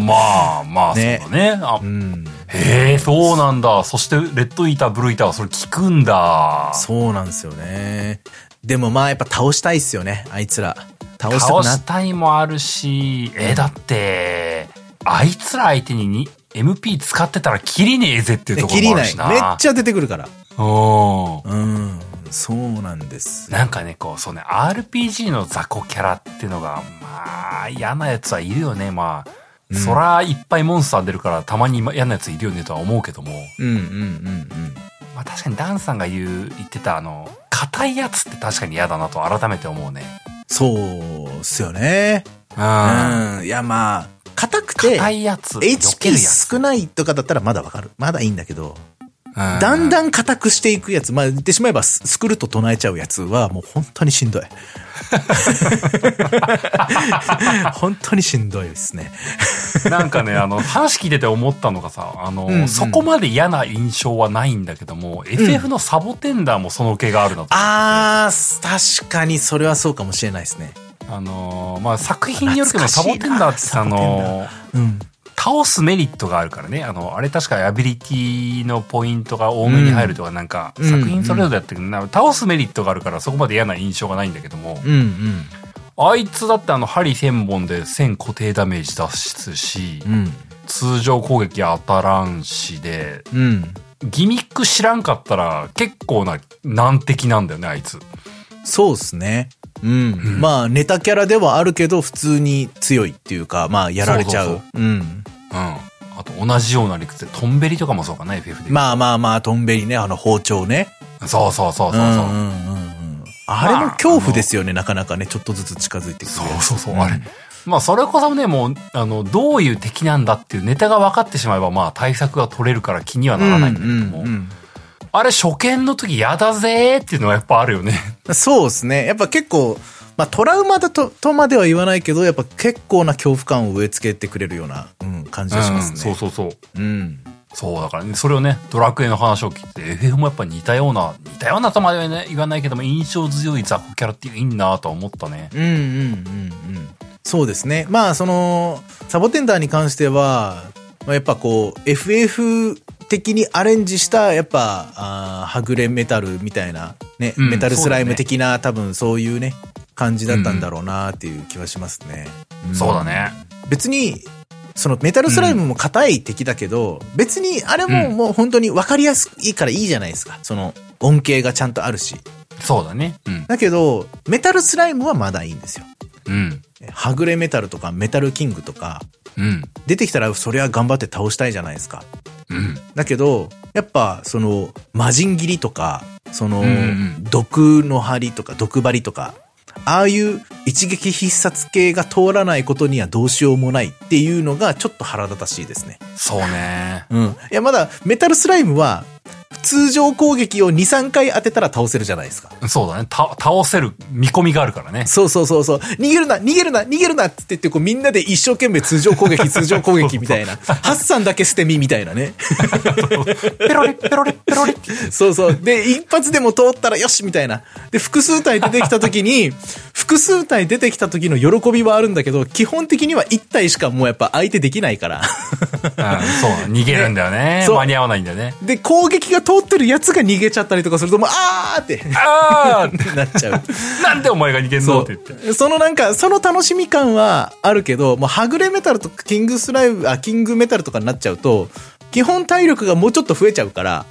まあまあそうねだねあうん。へえそうなんだそしてレッドイーターブルーイーターはそれ聞くんだそうなんですよね。でもまあやっぱ倒したいっすよね、あいつら。倒した倒くなしったいもあるしえだってあいつら相手にに MP 使ってたらキリねえぜっていうて、とこ切ろもありなるい。しめなっちゃ出てくるから。うんうん。そうなんです。なんかね、こう、そうね、RPG の雑魚キャラっていうのが、まあ、嫌なやつはいるよね、まあ。うんそら、いっぱいモンスター出るから、たまに嫌なやついるよねとは思うけども。うんうんうんうん。まあ、確かにダンさんが言う、言ってた、あの、硬いやつって確かに嫌だなと改めて思うね。そうっすよね。う。うんん。いやまあ、硬くて、硬いやつ、避け HP るやつ。少ないとかだったらまだわかる。まだいいんだけど、だだんだん硬くしていくやつ、まあ言ってしまえばススクルと唱えちゃうやつはもう本当にしんどい。 (laughs) 本当にしんどいですね。なんかね、あの、話聞いてて思ったのがさ、あの、うんうんそこまで嫌な印象はないんだけども、FF のサボテンダーもその気があるなと思って。あー、確かにそれはそうかもしれないですね。あのーまあ、作品によるけど、サボ懐テかしいなンダーってさあのーうん。倒すメリットがあるからね。あの、あれ確かアビリティのポイントが多めに入るとか、なんか、うん作品それぞれやってるけど、な倒すメリットがあるから、そこまで嫌な印象がないんだけども、うんうん。あいつだってあの、針1000本で1000固定ダメージ脱出し、うん。通常攻撃当たらんしで、うん。ギミック知らんかったら、結構な難敵なんだよね、あいつ。そうですね。うん。んまあ、ネタキャラではあるけど、普通に強いっていうか、まあ、やられちゃう。そううそん。うん。あと、同じような理屈で、トンベリとかもそうかな、FF で。まあまあまあ、トンベリね、あの包丁ね。そうそうそうそうそう。んうんうんうん。あれも恐怖ですよね、なかなかね、ちょっとずつ近づいてくるそうやつ。そうそう、んあれ。まあ、それこそね、もう、あの、どういう敵なんだっていうネタが分かってしまえば、まあ、対策が取れるから気にはならないんだけども、うんうんあれ、初見の時嫌だぜーっていうのはやっぱあるよね。うんそうですね。やっぱ結構、まあトラウマだと、とまでは言わないけど、やっぱ結構な恐怖感を植え付けてくれるような、うん、感じがしますね。そうそうそう。うん。そう、だからね、それをね、ドラクエの話を聞いて、FF もやっぱ似たような、似たようなとまではね言わないけども、印象強い雑魚キャラっていいなとは思ったね。うんうんうんうん。そうですね。まあ、その、サボテンダーに関しては、まあやっぱこう、FF 的にアレンジした、やっぱ、あーはぐれメタルみたいな、ね、うんメタルスライそうだねム的な、多分そういうね、感じだったんだろうなっていう気はしますね。んそうだ。ね。別に、そのメタルスライムも硬い敵だけど、別にあれもうんもう本当に分かりやすいからいいじゃないですか。その恩恵がちゃんとあるし。そうだね。うん。だけど、メタルスライムはまだいいんですよ。うん。はぐれメタルとかメタルキングとか、うん。出てきたらそれは頑張って倒したいじゃないですか。うん。だけど、やっぱその、魔人斬りとか、その、うんうん毒の針とか毒針とか、ああいう一撃必殺系が通らないことにはどうしようもないっていうのがちょっと腹立たしいですね。そうね。うん。いや、まだメタルスライムは、通常攻撃を2、3回当てたら倒せるじゃないですか。そうだね。た、倒せる見込みがあるからね。そうそうそうそう。逃げるな、逃げるな、逃げるなって言って、こうみんなで一生懸命通常攻撃、通常攻撃みたいな。ハッサンだけ捨て身みたいなね。ペロリ、ペロリ、ペロリって。そうそう。で、一発でも通ったらよしみたいな。で、複数体出てきた時に、複数体出てきた時の喜びはあるんだけど、基本的には一体しかもうやっぱ相手できないから。うんそう、逃げるんだよね。そう間に合わないんだよね。で、攻撃が通ってるやつが逃げちゃったりとかすると、もう、あーって (laughs) あなっちゃう。あなんでお前が逃げんのって言って。そう。そのなんか、その楽しみ感はあるけど、もうはぐれメタルとかキングスライム、あ、キングメタルとかになっちゃうと、基本体力がもうちょっと増えちゃうから、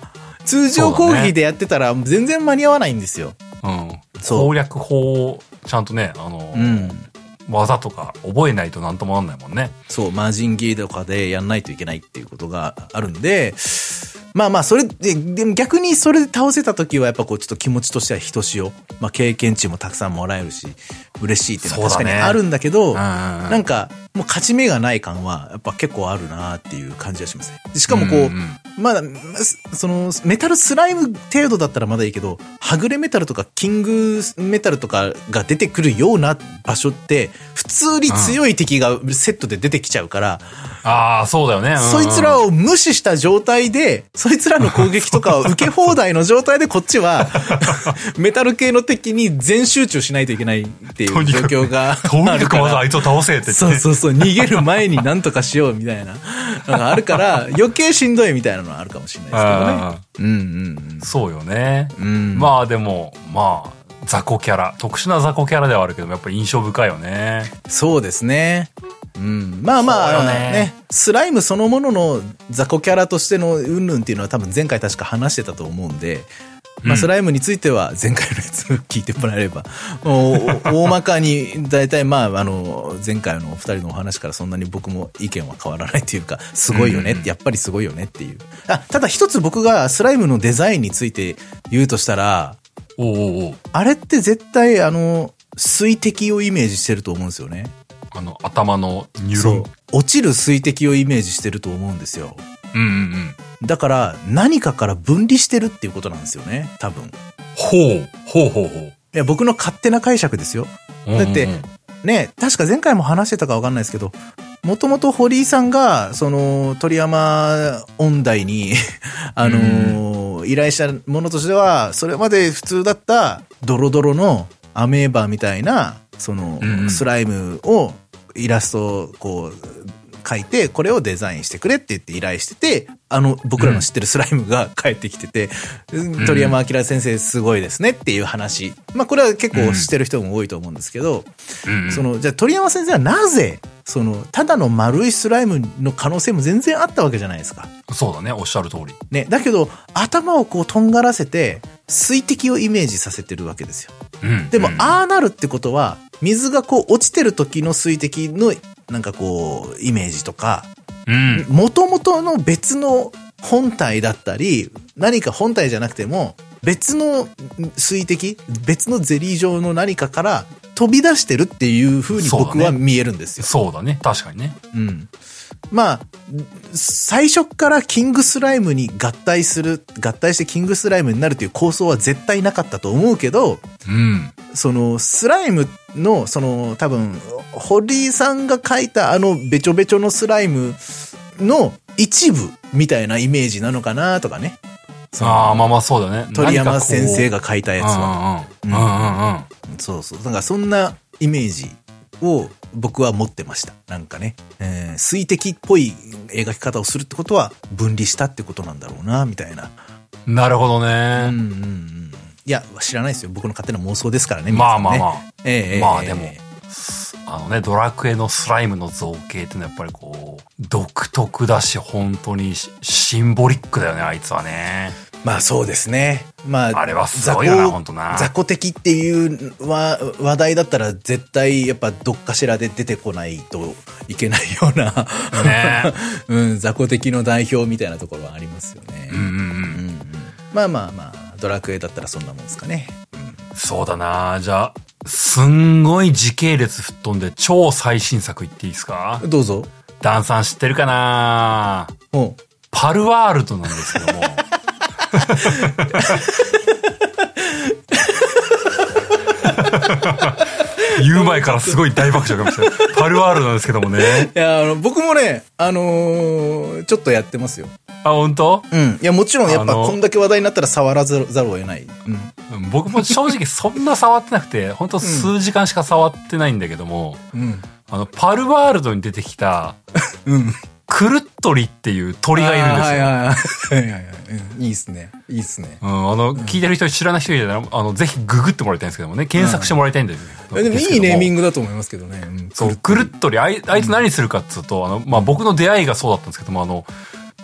通常攻撃でやってたら全然間に合わないんですよ。うん。そう攻略法を、ちゃんとね、あの、うん。技とか覚えないとなんともなんないもんね。そう、マージンギーとかでやんないといけないっていうことがあるんで、まあまあ、それ、で、でも逆にそれで倒せた時はやっぱこうちょっと気持ちとしてはひとしお。まあ経験値もたくさんもらえるし、嬉しいっていうのはそう確だかねにあるんだけど、うんうんうんなんか、もう勝ち目がない感は、やっぱ結構あるなっていう感じはしますね。でしかもこう、うんうんまだ、ますその、メタルスライム程度だったらまだいいけど、はぐれメタルとかキングメタルとかが出てくるような場所って、普通に強い敵がセットで出てきちゃうから、ああ、そうだよね。うんうんそいつらを無視した状態で、そそいつらの攻撃とかを受け放題の状態でこっ (laughs) ちは、メタル系の敵に全集中しないといけないっていうとに状かく (laughs) 況がとにあるかくかまずらあいつを倒せって言って (laughs) そうそうそう、逃げる前に何とかしようみたいなのがあるから、余計しんどいみたいなのはあるかもしれないあですけどね。うんーそうよね、うんうん。うん、まあでもまあ雑魚キャラ特殊な雑魚キャラではあるけどもやっぱ印象深いよねそうですね。うん、まあまあそうよねねスライムそのものの雑魚キャラとしてのうんぬんっていうのは多分前回確か話してたと思うんで、うまあ、んスライムについては (laughs) 前回のやつ聞いてもらえれば、もうお大まかに大体まああの前回のお二人のお話からそんなに僕も意見は変わらないというか、すごいよねって、やっぱりすごいよねっていう。あ、ただ一つ僕がスライムのデザインについて言うとしたら、おうおうおうあれって絶対あの、水滴をイメージしてると思うんですよね。あの頭のニュそロうン落ちる水滴をイメージしてると思うんですようんうんうんだから何かから分離してるっていうことなんですよね多分いほうほうほうほうや僕の勝手な解釈ですようんうんうんだってね確か前回も話してたか分かんないですけどもともと堀井さんがその鳥山音大に (laughs) あのー依頼したものとしてはそれまで普通だったドロドロのアメーバみたいなそのうんうんスライムをイラストをこう書いてこれをデザインしてくれって言って依頼しててあの僕らの知ってるスライムが (laughs) 帰ってきてて、ん鳥山明先生すごいですねっていう話まあこれは結構知ってる人も多いと思うんですけど、うんうんそのじゃあ鳥山先生はなぜそのただの丸いスライムの可能性も全然あったわけじゃないですか。そうだねおっしゃる通りね、だけど頭をこうとんがらせて水滴をイメージさせてるわけですよ。うんでも、うんああなるってことは水がこう落ちてる時の水滴のなんかこうイメージとかうん元々の別の本体だったり、何か本体じゃなくても、別の水滴、別のゼリー状の何かから飛び出してるっていう風にそうだね僕は見えるんですよ。そうだね確かにねうん。まあ、最初からキングスライムに合体する、合体してキングスライムになるという構想は絶対なかったと思うけど、うんそのスライムのその多分堀井さんが描いたあのべちょべちょのスライムの一部みたいなイメージなのかなとかねああまあまあそうだね鳥山先生がが描いたやつはうんうんうんうんうんそうそうなんかそんなイメージを僕は持ってましたなんかね、えー水滴っぽい描き方をするってことは分離したってことなんだろうなみたいなうんなるほどうんうんねうんいや知らないですよ僕の勝手な妄想ですからねまあまあまああええまあええでもあのね、ドラクエのスライムの造形ってのはやっぱりこう、独特だし、本当にシシンボリックだよね、あいつはね。まあそうですね。まあ、あれはすごいよな雑魚ほんとな雑魚的っていう話話題だったら絶対やっぱどっかしらで出てこないといけないような、ね (laughs) うん、雑魚的の代表みたいなところはありますよね。うんうんうん。うんうんまあまあまあ、ドラクエだったらそんなもんですかね。そうだなじゃあ、すんごい時系列吹っ飛んで超最新作いっていいですかどうぞ。ダンさん知ってるかなおパルワールドなんですけども。 (laughs) 言う前からすごい大爆笑かもしれない。パルワールドなんですけどもね。いや、あの、僕もね、あのーちょっとやってますよ。あ、本当？うん。いや、もちろんやっぱあのこんだけ話題になったら触らざるざるを得ない。うん。うん僕も正直そんな触ってなくて、 (laughs) 本当数時間しか触ってないんだけども、うん。あの、パルワールドに出てきた、うん。クルットリっていう鳥がいるんですよ。あーはいはいはい。はいはいはいうんいいっすね。いいっすね。うん、あの、聞いてる人、知らない人いたら、あの、ぜひググってもらいたいんですけどもね、検索してもらいたいんですけどえでもいいネーミグ。ングだと思いますけどね。うんそう、くるっとり、あいあいつ何するかっつうと、あの、まあ、僕の出会いがそうだったんですけども、あの、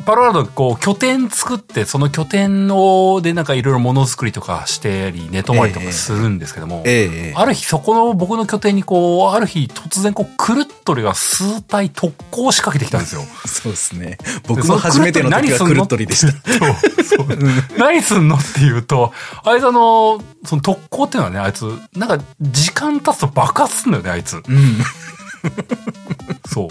パロアルドがこう、拠点作って、その拠点を、でなんかいろいろものづくりとかしてり、寝泊まりとかするんですけども、ええええある日、そこの僕の拠点にこう、ある日突然こう、くるっとりが数体特攻を仕掛けてきたん (laughs) ですよ。そうですね。僕も初めての時はそククルルッットトリリでした。 (laughs) そうそう何すんのっていうと、あいつあの、その特攻っていうのはね、あいつ、なんか時間経つと爆発すんだよね、あいつ。うそん。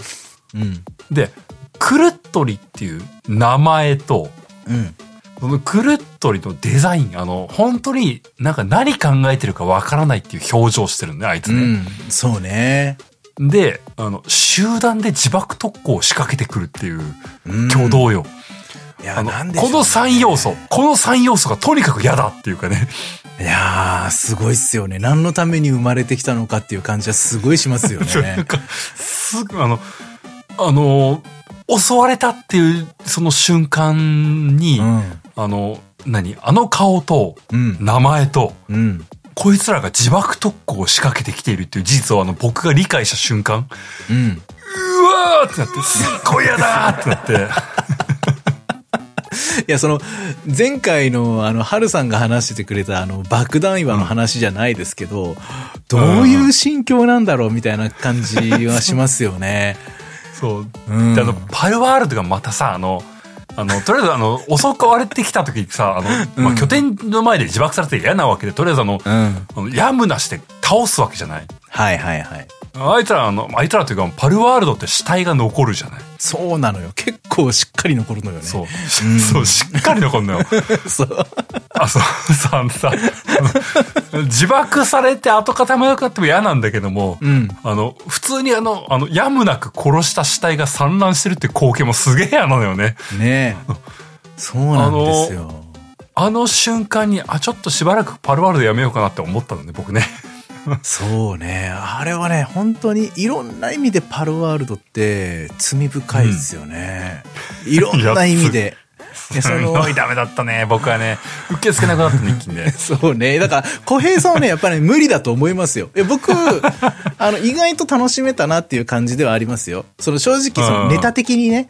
うん。う。で、クルットリっていう名前と、うん。そのクルットリのデザイン、あの、本当になんか何考えてるかわからないっていう表情してるんだよね、あいつうね。ん。そうね。で、あの、集団で自爆特攻を仕掛けてくるっていううん挙動よ。いやあのなんでしょこうの3要素この3要素がとにかく嫌だっていうかねいやー、すごいっすよね。何のために生まれてきたのかっていう感じはすごいしますよ (laughs) なんね。かすぐあのあの襲われたっていうその瞬間に、うん。あの何あの顔とうん。名前とうん。こいつらが自爆特攻を仕掛けてきているっていう事実をあの僕が理解した瞬間うん。うわーってなってすっごい嫌だーってな (laughs) って。いや、その、前回の、あの、春さんが話してくれた、あの、爆弾岩の話じゃないですけど、どういう心境なんだろうみたいな感じはしますよね。そう。 (laughs) うんであの、パルワールドがまたさ、あの、あの、とりあえずあの、 (laughs) 襲われてきた時にさ、あの、まうあ、ん拠点の前で自爆されて嫌なわけで、とりあえずあの、うん。あのやむなして倒すわけじゃない。はいはいはい。あいつら、あの、あいつらというか、パルワールドって死体が残るじゃない。そうなのよ。結構しっかり残るのよね。そう。ん (laughs) そう、しっかり残る (laughs) のよ。う。そう。あ、そう、さ、あのさ、あの自爆されて跡形もなくなっても嫌なんだけども、うん。あの、普通にあの、あの、やむなく殺した死体が散乱してるって光景もすげえ嫌なのよね。ねえ。そうなんですよ。あの瞬間に、あ、ちょっとしばらくパルワールドやめようかなって思ったのね、僕ね。そうね。あれはね、本当にいろんな意味でパルワールドって罪深いですよね。いろんな意味で。いやすそのごいダメだったね、 (laughs) 僕はね。受け付けなくなったね、一気にね。 (laughs) そうね。だから、小平さんはね、やっぱり、無理だと思いますよ。いや (laughs) 僕、あの、意外と楽しめたなっていう感じではありますよ。その、正直、そうんの、ネタ的にね。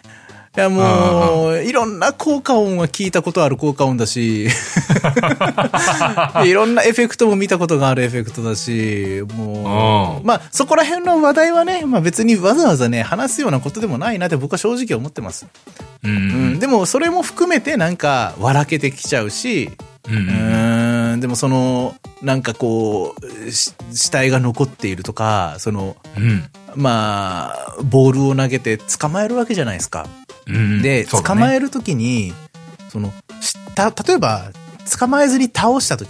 いや、もう、いろんな効果音は聞いたことある効果音 (laughs) だし、いろんなエフェクトも見たことがあるエフェクトだし、もうう、まあ、そこら辺の話題はね、まあ別にわざわざね、話すようなことでもないなって僕は正直思ってます。ううん、ん。でも、それも含めてなんか、笑けてきちゃうし、うん。ううーんでもそのなんかこうし死体が残っているとかそのん。まあボールを投げて捕まえるわけじゃないですか。うん。で、捕まえ、える時にそのした例えば捕まえずに倒した時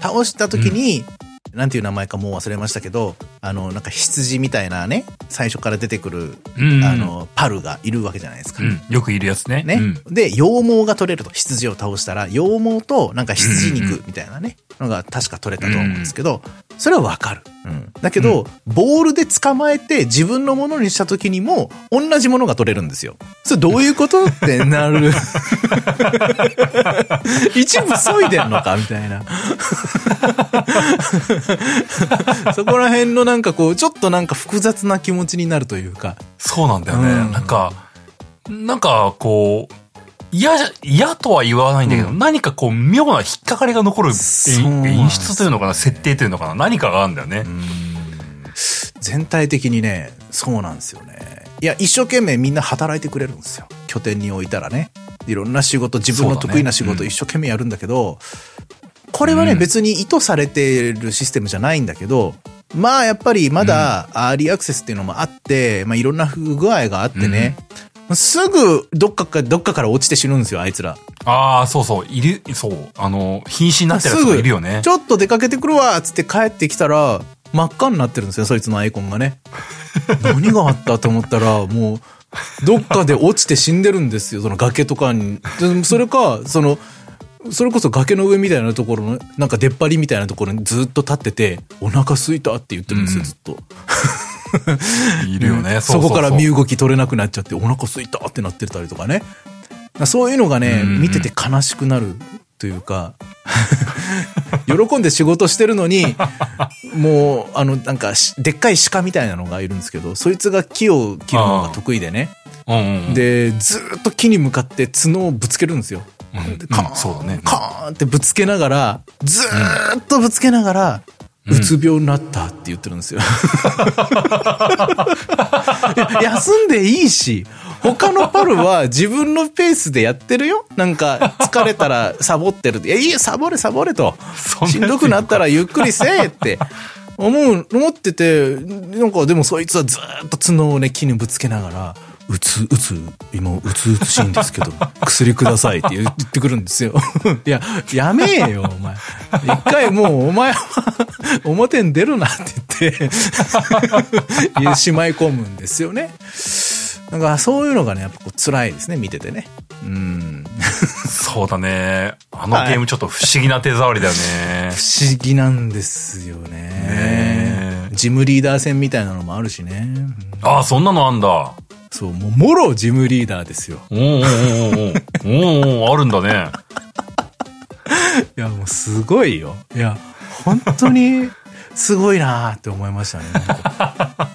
倒した時に、なんていう名前かもう忘れましたけどあのなんか羊みたいなね最初から出てくる、うん。あ、のパルがいるわけじゃないですか。うん。よくいるやつね。ね。うんで、羊毛が取れると。羊を倒したら、羊毛となんか羊肉みたいなね、のが確か取れたと思うんですけど、それはわかる。だけど、ボールで捕まえて自分のものにした時にも、同じものが取れるんですよ。それどういうことってな (laughs) る。一部削いでんのかみたい (laughs) な。そこら辺のなんかこう、ちょっとなんか複雑な気持ちになるというか。そうなんだよね。うんなんか、なんか、こう、嫌じゃ、嫌とは言わないんだけど、う何かこう、妙な引っかかりが残るそうなんですよ演出というのかな、設定というのかな、何かがあるんだよね。全体的にね、そうなんですよね。いや、一生懸命みんな働いてくれるんですよ。拠点に置いたらね。いろんな仕事、自分の得意なそ仕うだ事ねうん一生懸命やるんだけど、これはね、うん別に意図されてるシステムじゃないんだけど、まあやっぱりまだアーリーアクセスっていうのもあって、まあいろんな不具合があってね、すぐどっかか、どっかから落ちて死ぬんですよ、あいつら。ああ、そうそう、いる、そう、あの、瀕死になってるやつがいるよねち。ょっと出かけてくるわっつって帰ってきたら、真っ赤になってるんですよ、そいつのアイコン (laughs) がね。何があったと思ったら、もう、どっかで落ちて死んでるんですよ、その崖とかに。でそれか、その、それこそ崖の上みたいなところの、なんか出っ張りみたいなところにずっと立ってて、お腹空いたって言ってるんですよ、うんずっと。いるよね。そこから身ュ動き取れなくなっちゃって、お腹空いたってなってたりとかね。そういうのがね、うん見てて悲しくなるというか、 (laughs) 喜んで仕事してるのに、もう、あの、なんかし、でっかい鹿みたいなのがいるんですけど、そいつが木を切るのが得意でね。うんうんうん。で、ずーっと木に向かって角をぶつけるんですよ。うん、うんでカーン、そうだね。カーンってぶつけながら、ずーっとぶつけながら、うつ病になったって言ってるんですよ。いや (laughs) 休んでいいし、他のパルは自分のペースでやってるよ。なんか、疲れたらサボってる。いや、いいよ、サボれ、サボれと。そんなやつしんどくなったらゆっくりせえって。思う、思ってて、なんかでもそいつはずーっと角をね、木にぶつけながら、うつ、うつ、今、うつうつしいんですけど、 (laughs) 薬くださいって言ってくるんですよ。 (laughs) いや、やめえよ、お前。一回もう、お前は、表に出るなって言って、 (laughs) しまい込むんですよね。なんか、そういうのがね、やっぱこう辛いですね、見ててね。うん。そうだね。あのゲームちょっと不思議な手触りだよね。不思議なんですよねね。えジムリーダー戦みたいなのもあるしね。うんああ、そんなのあんだ。そう、もう、もろジムリーダーですよ。おんおんおんおん。おんおん、あるんだね。いや、もうすごいよ。いや、本当にすごいなーって思いましたね。なん (laughs) か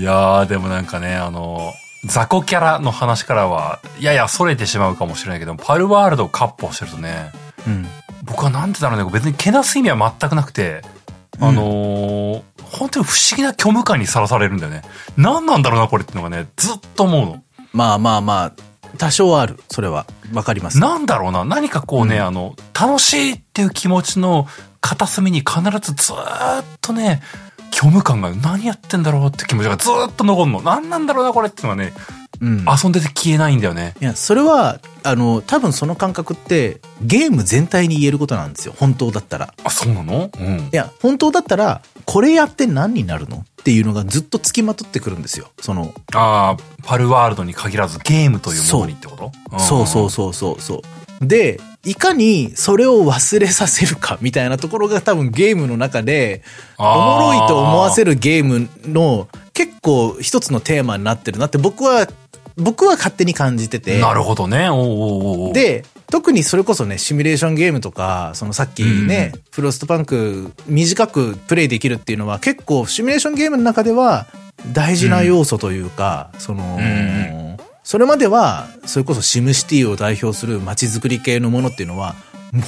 いやー、でもなんかね、あの、雑魚キャラの話からは、やや逸れてしまうかもしれないけど、パルワールドをカッポしてるとね、うん。僕はなんてだろうね、別にけなす意味は全くなくて、あのー本当に不思議な虚無感にさらされるんだよね。何なんだろうな、これってのがね、ずっと思うの。まあまあまあ、多少はある。それは。わかります。なんだろうな、何かこうね、うんあの、楽しいっていう気持ちの片隅に必ずずーっとね、虚無感が何やってんだろうって気持ちがずーっと残るの。何なんだろうな、これってのはね、うん。遊んでて消えないんだよね。いや、それは、あの、多分その感覚って、ゲーム全体に言えることなんですよ。本当だったら。あ、そうなのうんい。や、本当だったら、これやって何になるのっていうのがずっとつきまとってくるんですよ。その、ああ、パルワールドに限らずゲームというものにってことそうそうそうそうそう。で、いかにそれを忘れさせるかみたいなところが多分ゲームの中で、おもろいと思わせる。るゲームの結構一つのテーマになってるなって僕は、僕は勝手に感じてて。なるほどね。おうおうおうおう、で、特にそれこそね、シミュレーションゲームとか、そのさっきね、フロストパンク短くプレイできるっていうのは結構シミュレーションゲームの中では大事な要素というか、その、んそれまでは、それこそシムシティを代表する街づくり系のものっていうのは、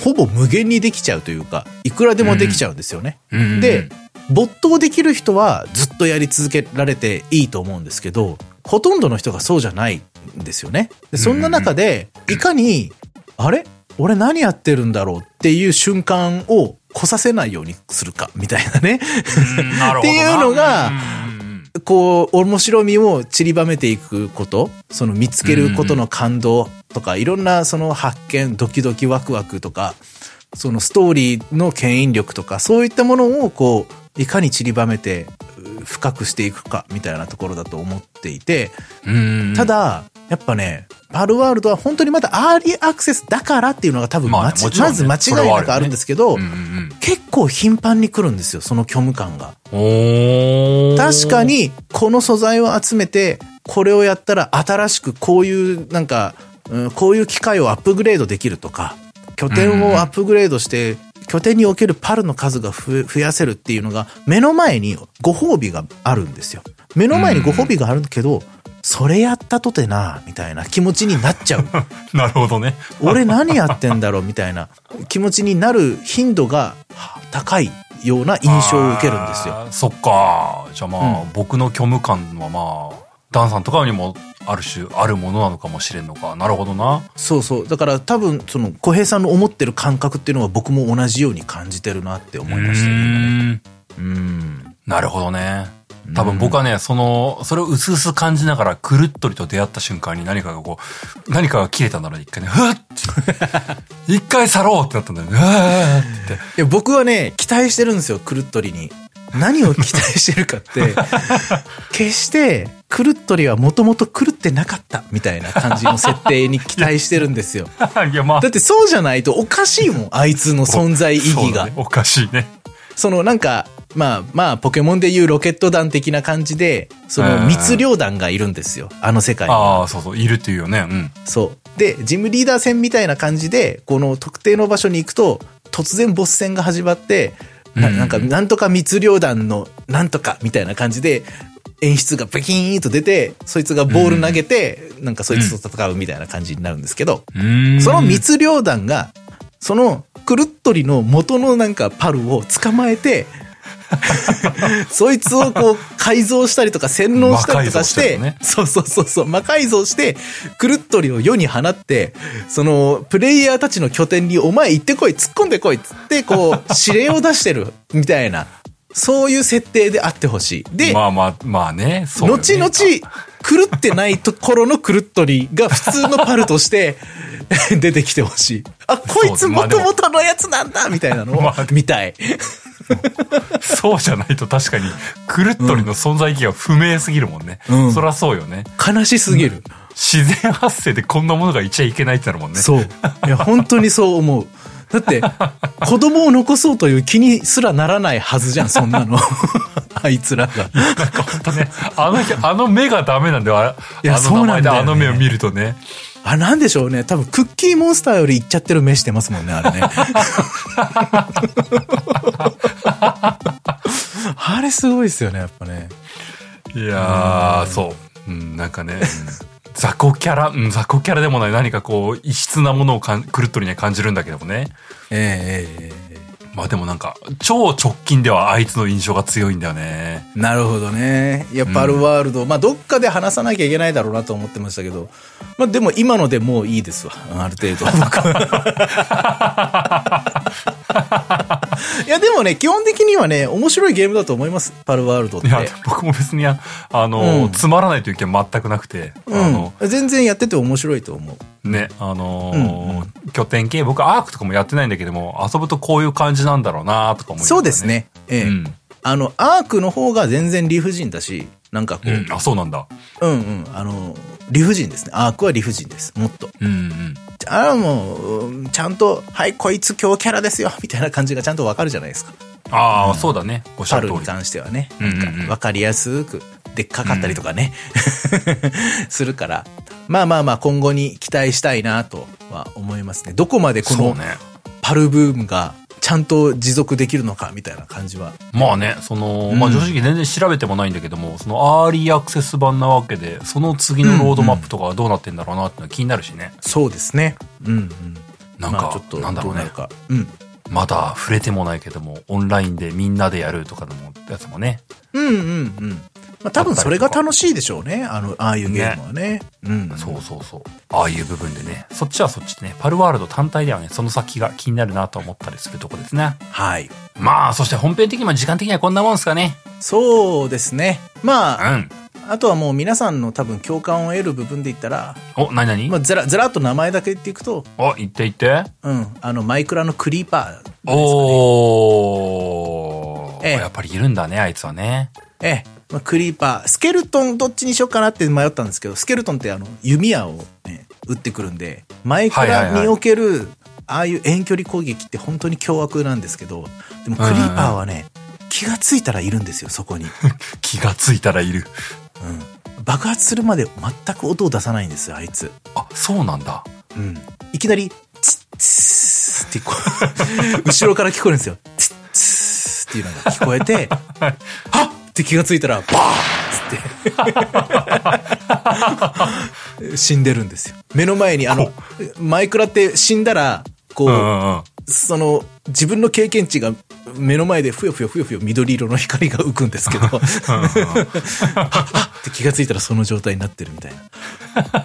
ほぼ無限にできちゃうというか、いくらでもできちゃうんですよね。うんうんうんで、没頭できる人はずっとやり続けられていいと思うんですけど、ほとんどの人がそうじゃないんですよね。でそんな中で、いかに、あれ俺何やってるんだろうっていう瞬間を来させないようにするか、みたいなね。うんなるほどなっていうのがうんうんうんこう、面白みを散りばめていくこと、その見つけることの感動とか、いろんなその発見、ドキドキワクワクとか、そのストーリーの牽引力とか、そういったものをこう、いかに散りばめて、う深くしていくか、みたいなところだと思っていて、うんうんただ、やっぱね、パルワールドは本当にまだアーリーアクセスだからっていうのが多分まあねまち、もちろんねまず間違いなくあるんですけど、うんうん結構頻繁に来るんですよ、その虚無感が。うんおー確か。にこの素材を集めてこれをやったら新しくこういうなんか、うんこういう機械をアップグレードできるとか拠点をアップグレードして拠点におけるパルの数が増え増やせるっていうのが目の前にご褒美があるんですよ目の前にご褒美があるけどそれやったとてなみたいな気持ちになっち (laughs) ゃうなるほどね。俺何やってんだろうみたいな気持ちになる頻度がは高いような印象を受けるんですよあー。そっか。じゃあまあ、う僕の虚無感はまあ、ダンさんとかにもある種あるものなのかもしれんのか。なるほどな。そうそう。だから多分、その、小平さんの思ってる感覚っていうのは僕も同じように感じてるなって思いましたうね。ーんうん。なるほどね。多分僕はね、その、それを薄々感じながら、くるっとりと出会った瞬間に何かがこう、何かが切れたんだろうね、一回ね、ふわっって一回去ろうってなったんだよね、うわーって。いや、僕はね、期待してるんですよ、くるっとりに。何を期待してる (laughs) かって、決して、くるっとりはもともと狂ってなかったみたいな感じの設定に期待してるんですよ。 (laughs) いや、まあだっ、てそうじゃないとおかしいもん、あいつの存在意そう義だがね。おかしいね。そのなんか、まあまあ、ポケモンでいうロケット弾的な感じで、その密漁弾がいるんですよ、あの世界にはああ、そうそう、いるっていうよね。うん。そう。で、ジムリーダー戦みたいな感じで、この特定の場所に行くと、突然ボス戦が始まって、なうんなんか、なんとか密漁団のなんとかみたいな感じで、演出がペキーンと出て、そいつがボール投げて、なんかそいつと戦うみたいな感じになるんですけど、うーんその密漁団が、そのくるっとりの元のなんかパルを捕まえ (laughs) て、そいつをこう改造したりとか洗脳したりとかして、魔改造しそうそうそうそう、魔改造して、くるっとりを世に放って、そのプレイヤーたちの拠点にお前行ってこい、突っ込んでこいっつって、こう指令を出してるみたいな、そういう設定であってほしい。で、まあまあ、まあね、そうよね。後々、狂ってないところの狂っとりが普通のパルとして (laughs) 出てきてほしい。あ、こいつそうまあもでとももとのやつなんだみたいなの (laughs) をまあ見たい。 (laughs) そうじゃないと確かに、くるっとりの存在意義が不明すぎるもんね。うんそりゃそうよね。悲しすぎる。自然発生でこんなものがいちゃいけないってなるもんね。そう。いや、本当にそう思う。(laughs) だって、子供を残そうという気にすらならないはずじゃん、そんなの。 (laughs) あいつらが。なんか本当ね、あの人、あの目がダメなんだよ。あいやあの名前でそうなあんだのよね目を見るとね。あ、なんでしょうね。多分、クッキーモンスターよりいっちゃってる目してますもんね、あれね。 (laughs) あれすごいですよね、やっぱね。いやー、そう。うん、なんかね、うん雑魚キャラ、うん、雑魚キャラでもない、何かこう、異質なものをかん狂っとるには感じるんだけどもね。えええええまあでもなんか、超直近ではあいつの印象が強いんだよね。えなるほどね。やっぱあるワールド、まあ、どっかで話さなきゃいけないだろうなと思ってましたけど、まあ、でも今のでもういいですわ。ある程 (laughs) 度。僕はいや、でもね、基本的にはね、面白いゲームだと思います。パルワールドっいて。や、僕も別にあ、あの、うんつまらないという気は全くなくて、あの、うん。全然やってて面白いと思う。ね、あのー拠点系、僕アークとかもやってないんだけども、遊ぶとこういう感じなんだろうなとか思いながらそうです。ね。ええ。うんあの、アークの方が全然理不尽だし、なんかこう、うん、あ、そうなんだ。うん、うんあの、理不尽ですね。アークは理不尽です。もっと。うんうん。あれはもう、うんちゃんと、はい、こいつ強キャラですよ、みたいな感じがちゃんとわかるじゃないですか。ああ、そうだね。おっしゃパるル通り。に関してはね。うんうんうんなんかわかりやすく、でっかかったりとかね。 (laughs) するから。まあまあまあ、今後に期待したいなとは思いますね。どこまでこそうの、ね。パルブームが、ちゃんと持続できるのか、みたいな感じは。まあね、その、まあうん正直全然調べてもないんだけども、そのアーリーアクセス版なわけで、その次のロードマップとかはどうなってんだろうなってのは気になるしね。そうですね。うんうん。なんか、まあちょっとなんだろうどなねる。か。うん。まだ触れてもないけども、オンラインでみんなでやるとかのやつもね。うんうんうん。まあ多分それが楽しいでしょうね。あの、ああいうゲームはね。うん。そうそうそう。ああいう部分でね。そっちはそっちでね。パルワールド単体ではね、その先が気になるなと思ったりするとこですね。はい。まあ、そして本編的にも時間的にはこんなもんですかね。そうですね。うまあ、ん。あとはもう皆さんの多分共感を得る部分で言ったら、お、なになにまあ、ずら、ずらっと名前だけ言っていくと、お、言って言って。うん。あの、マイクラのクリーパー。おー。ええやっぱりいるんだね、あいつはね。ええ。まあ、クリーパー。スケルトンどっちにしようかなって迷ったんですけど、スケルトンってあの、弓矢をね、撃ってくるんで、マイクはいはいはラいにおける、ああいう遠距離攻撃って本当に凶悪なんですけど、でもクリーパーはね、気がついたらいるんですよ、そこに。気がついたらいる。うん。爆発するまで全く音を出さないんですよ、あいつ。あ、そうなんだ。うん。いきなり、ツッツーってこう、 (laughs) 後ろから聞こえるんですよ。ツッツーっていうのが聞こえて、はっって気がついたら、バーンつって。 (laughs) 死んでるんですよ。目の前に、あの、マイクラって死んだら、こう、うんうんうん。その、自分の経験値が目の前でふよふよふよふよ緑色の光が浮くんですけど、はっはっって気がついたらその状態になってるみたい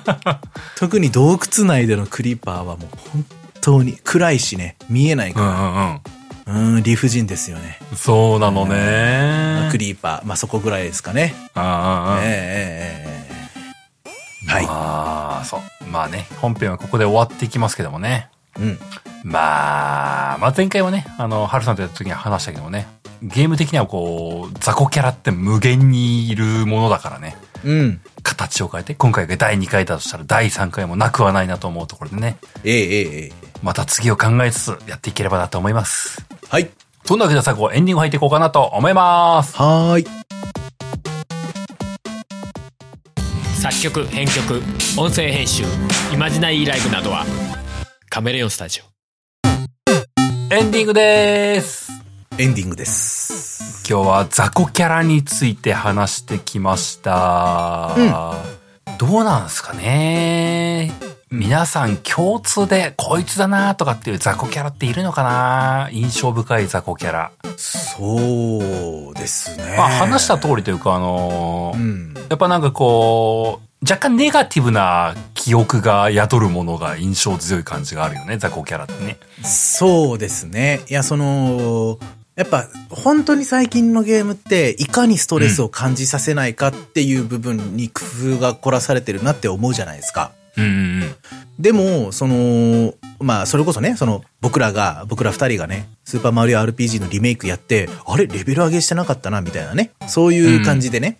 な。 (laughs) 特に洞窟内でのクリーパーはもう本当に暗いしね、見えないうんうかんうん。ら、うん、理不尽ですよね。そうなのね。クリーパー、まあ、そこぐらいですかね。ああ、あええええええはい。あー、そう。まあね、本編はここで終わっていきますけどもね。うん。まあ、まあ前回はね、あの、ハルさんとやった時に話したけどもね、ゲーム的にはこう、雑魚キャラって無限にいるものだからね、うん。形を変えて、今回が第2回だとしたら第3回もなくはないなと思うところでね、ええええええまた次を考えつつやっていければなと思います。はい。そんなわけで最後エンディング入っていこうかなと思います。はーい。作曲編曲音声編集イマジナリーライブなどはカメレオンスタジオエンディングです。エンディングです。今日は雑魚キャラについて話してきました。どうなんですかね皆さん共通でこいつだなとかっていう雑魚キャラっているのかな印象深い雑魚キャラ。そうですね。まあ話した通りというかあのーうん。やっぱなんかこう、若干ネガティブな記憶が宿るものが印象強い感じがあるよね、雑魚キャラってね。そうですね。いや、その、やっぱ、本当に最近のゲームって、いかにストレスを感じさせないかっていう部分に工夫が凝らされてるなって思うじゃないですか。うんうんうん。でも、その、まあ、それこそね、その、僕らが、僕ら二人がね、スーパーマリオ RPG のリメイクやって、あれ、レベル上げしてなかったな、みたいなね。そういう感じでね、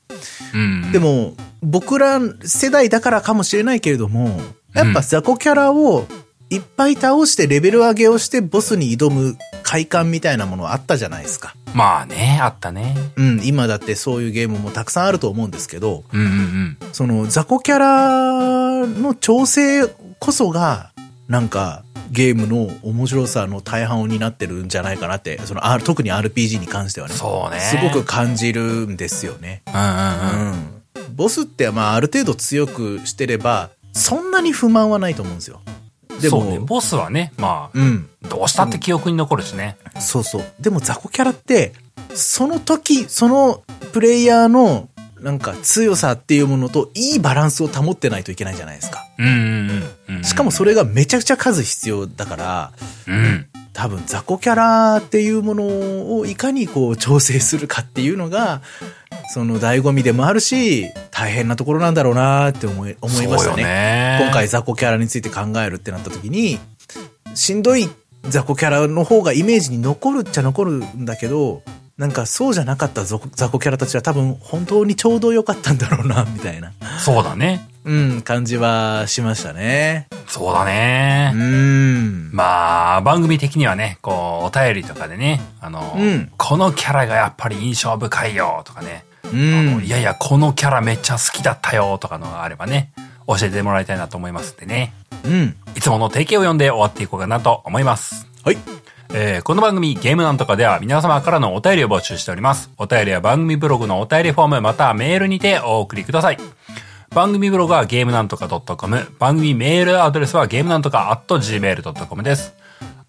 うんでも、僕ら世代だからかもしれないけれども、やっぱ雑魚キャラをいっぱい倒してレベル上げをしてボスに挑む快感みたいなものはあったじゃないですか。まあねあったねうん、今だってそういうゲームもたくさんあると思うんですけど、うんうんその雑魚キャラの調整こそが、なんか、ゲームの面白さの大半を担ってるんじゃないかなって、その、R、特に RPG に関してはうね。んそうねすごく感じるんですよね。うんうんうんうん。ボスって、まあ、ある程度強くしてれば、そんなに不満はないと思うんですよ。でも、そうねボスはねまあうん。どうしたって記憶に残るしねそうそう。でも雑魚キャラって、その時、そのプレイヤーの、なんか強さっていうものといいバランスを保ってないといけないじゃないですか。うんうんうんうんしかもそれがめちゃくちゃ数必要だから、うん多分雑魚キャラっていうものをいかにこう調整するかっていうのが、その醍醐味でもあるし、大変なところなんだろうなって思い、思いましたそうよね。ね今回雑魚キャラについて考えるってなった時に、しんどい雑魚キャラの方がイメージに残るっちゃ残るんだけど、なんかそうじゃなかった雑雑魚キャラたちは多分本当にちょうど良かったんだろうな、みたいな、そうだねうん、感じはしましたね。そうだうねん。まあ番組的にはねこうお便りとかでねあのうんこのキャラがやっぱり印象深いよとかねうあんの。いやいやこのキャラめっちゃ好きだったよとかのがあればね教えてもらいたいなと思いますんでねうん。いつもの提携を読んで終わっていこうかなと思いますはい。えーこの番組ゲームなんとかでは皆様からのお便りを募集しております。お便りは番組ブログのお便りフォームまたはメールにてお送りください。番組ブログはゲームなんとか .com、番組メールアドレスはゲームなんとか .gmail.com です。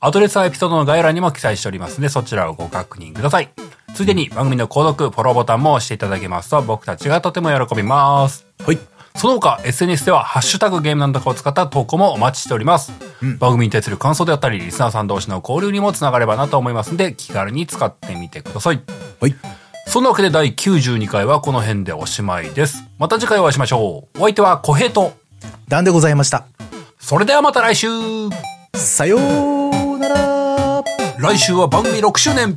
アドレスはエピソードの概要欄にも記載しておりますのでそちらをご確認ください。ついでに番組の購読、フォローボタンも押していただけますと僕たちがとても喜びます。はい。その他 SNS ではハッシュタグゲームなんとかを使った投稿もお待ちしております、番組に対する感想であったりリスナーさん同士の交流にもつながればなと思いますので気軽に使ってみてくださいはい。そんなわけで第92回はこの辺でおしまいですまた次回お会いしましょうお相手は小平とダンでございました。それではまた来週さようなら来週は番組6周年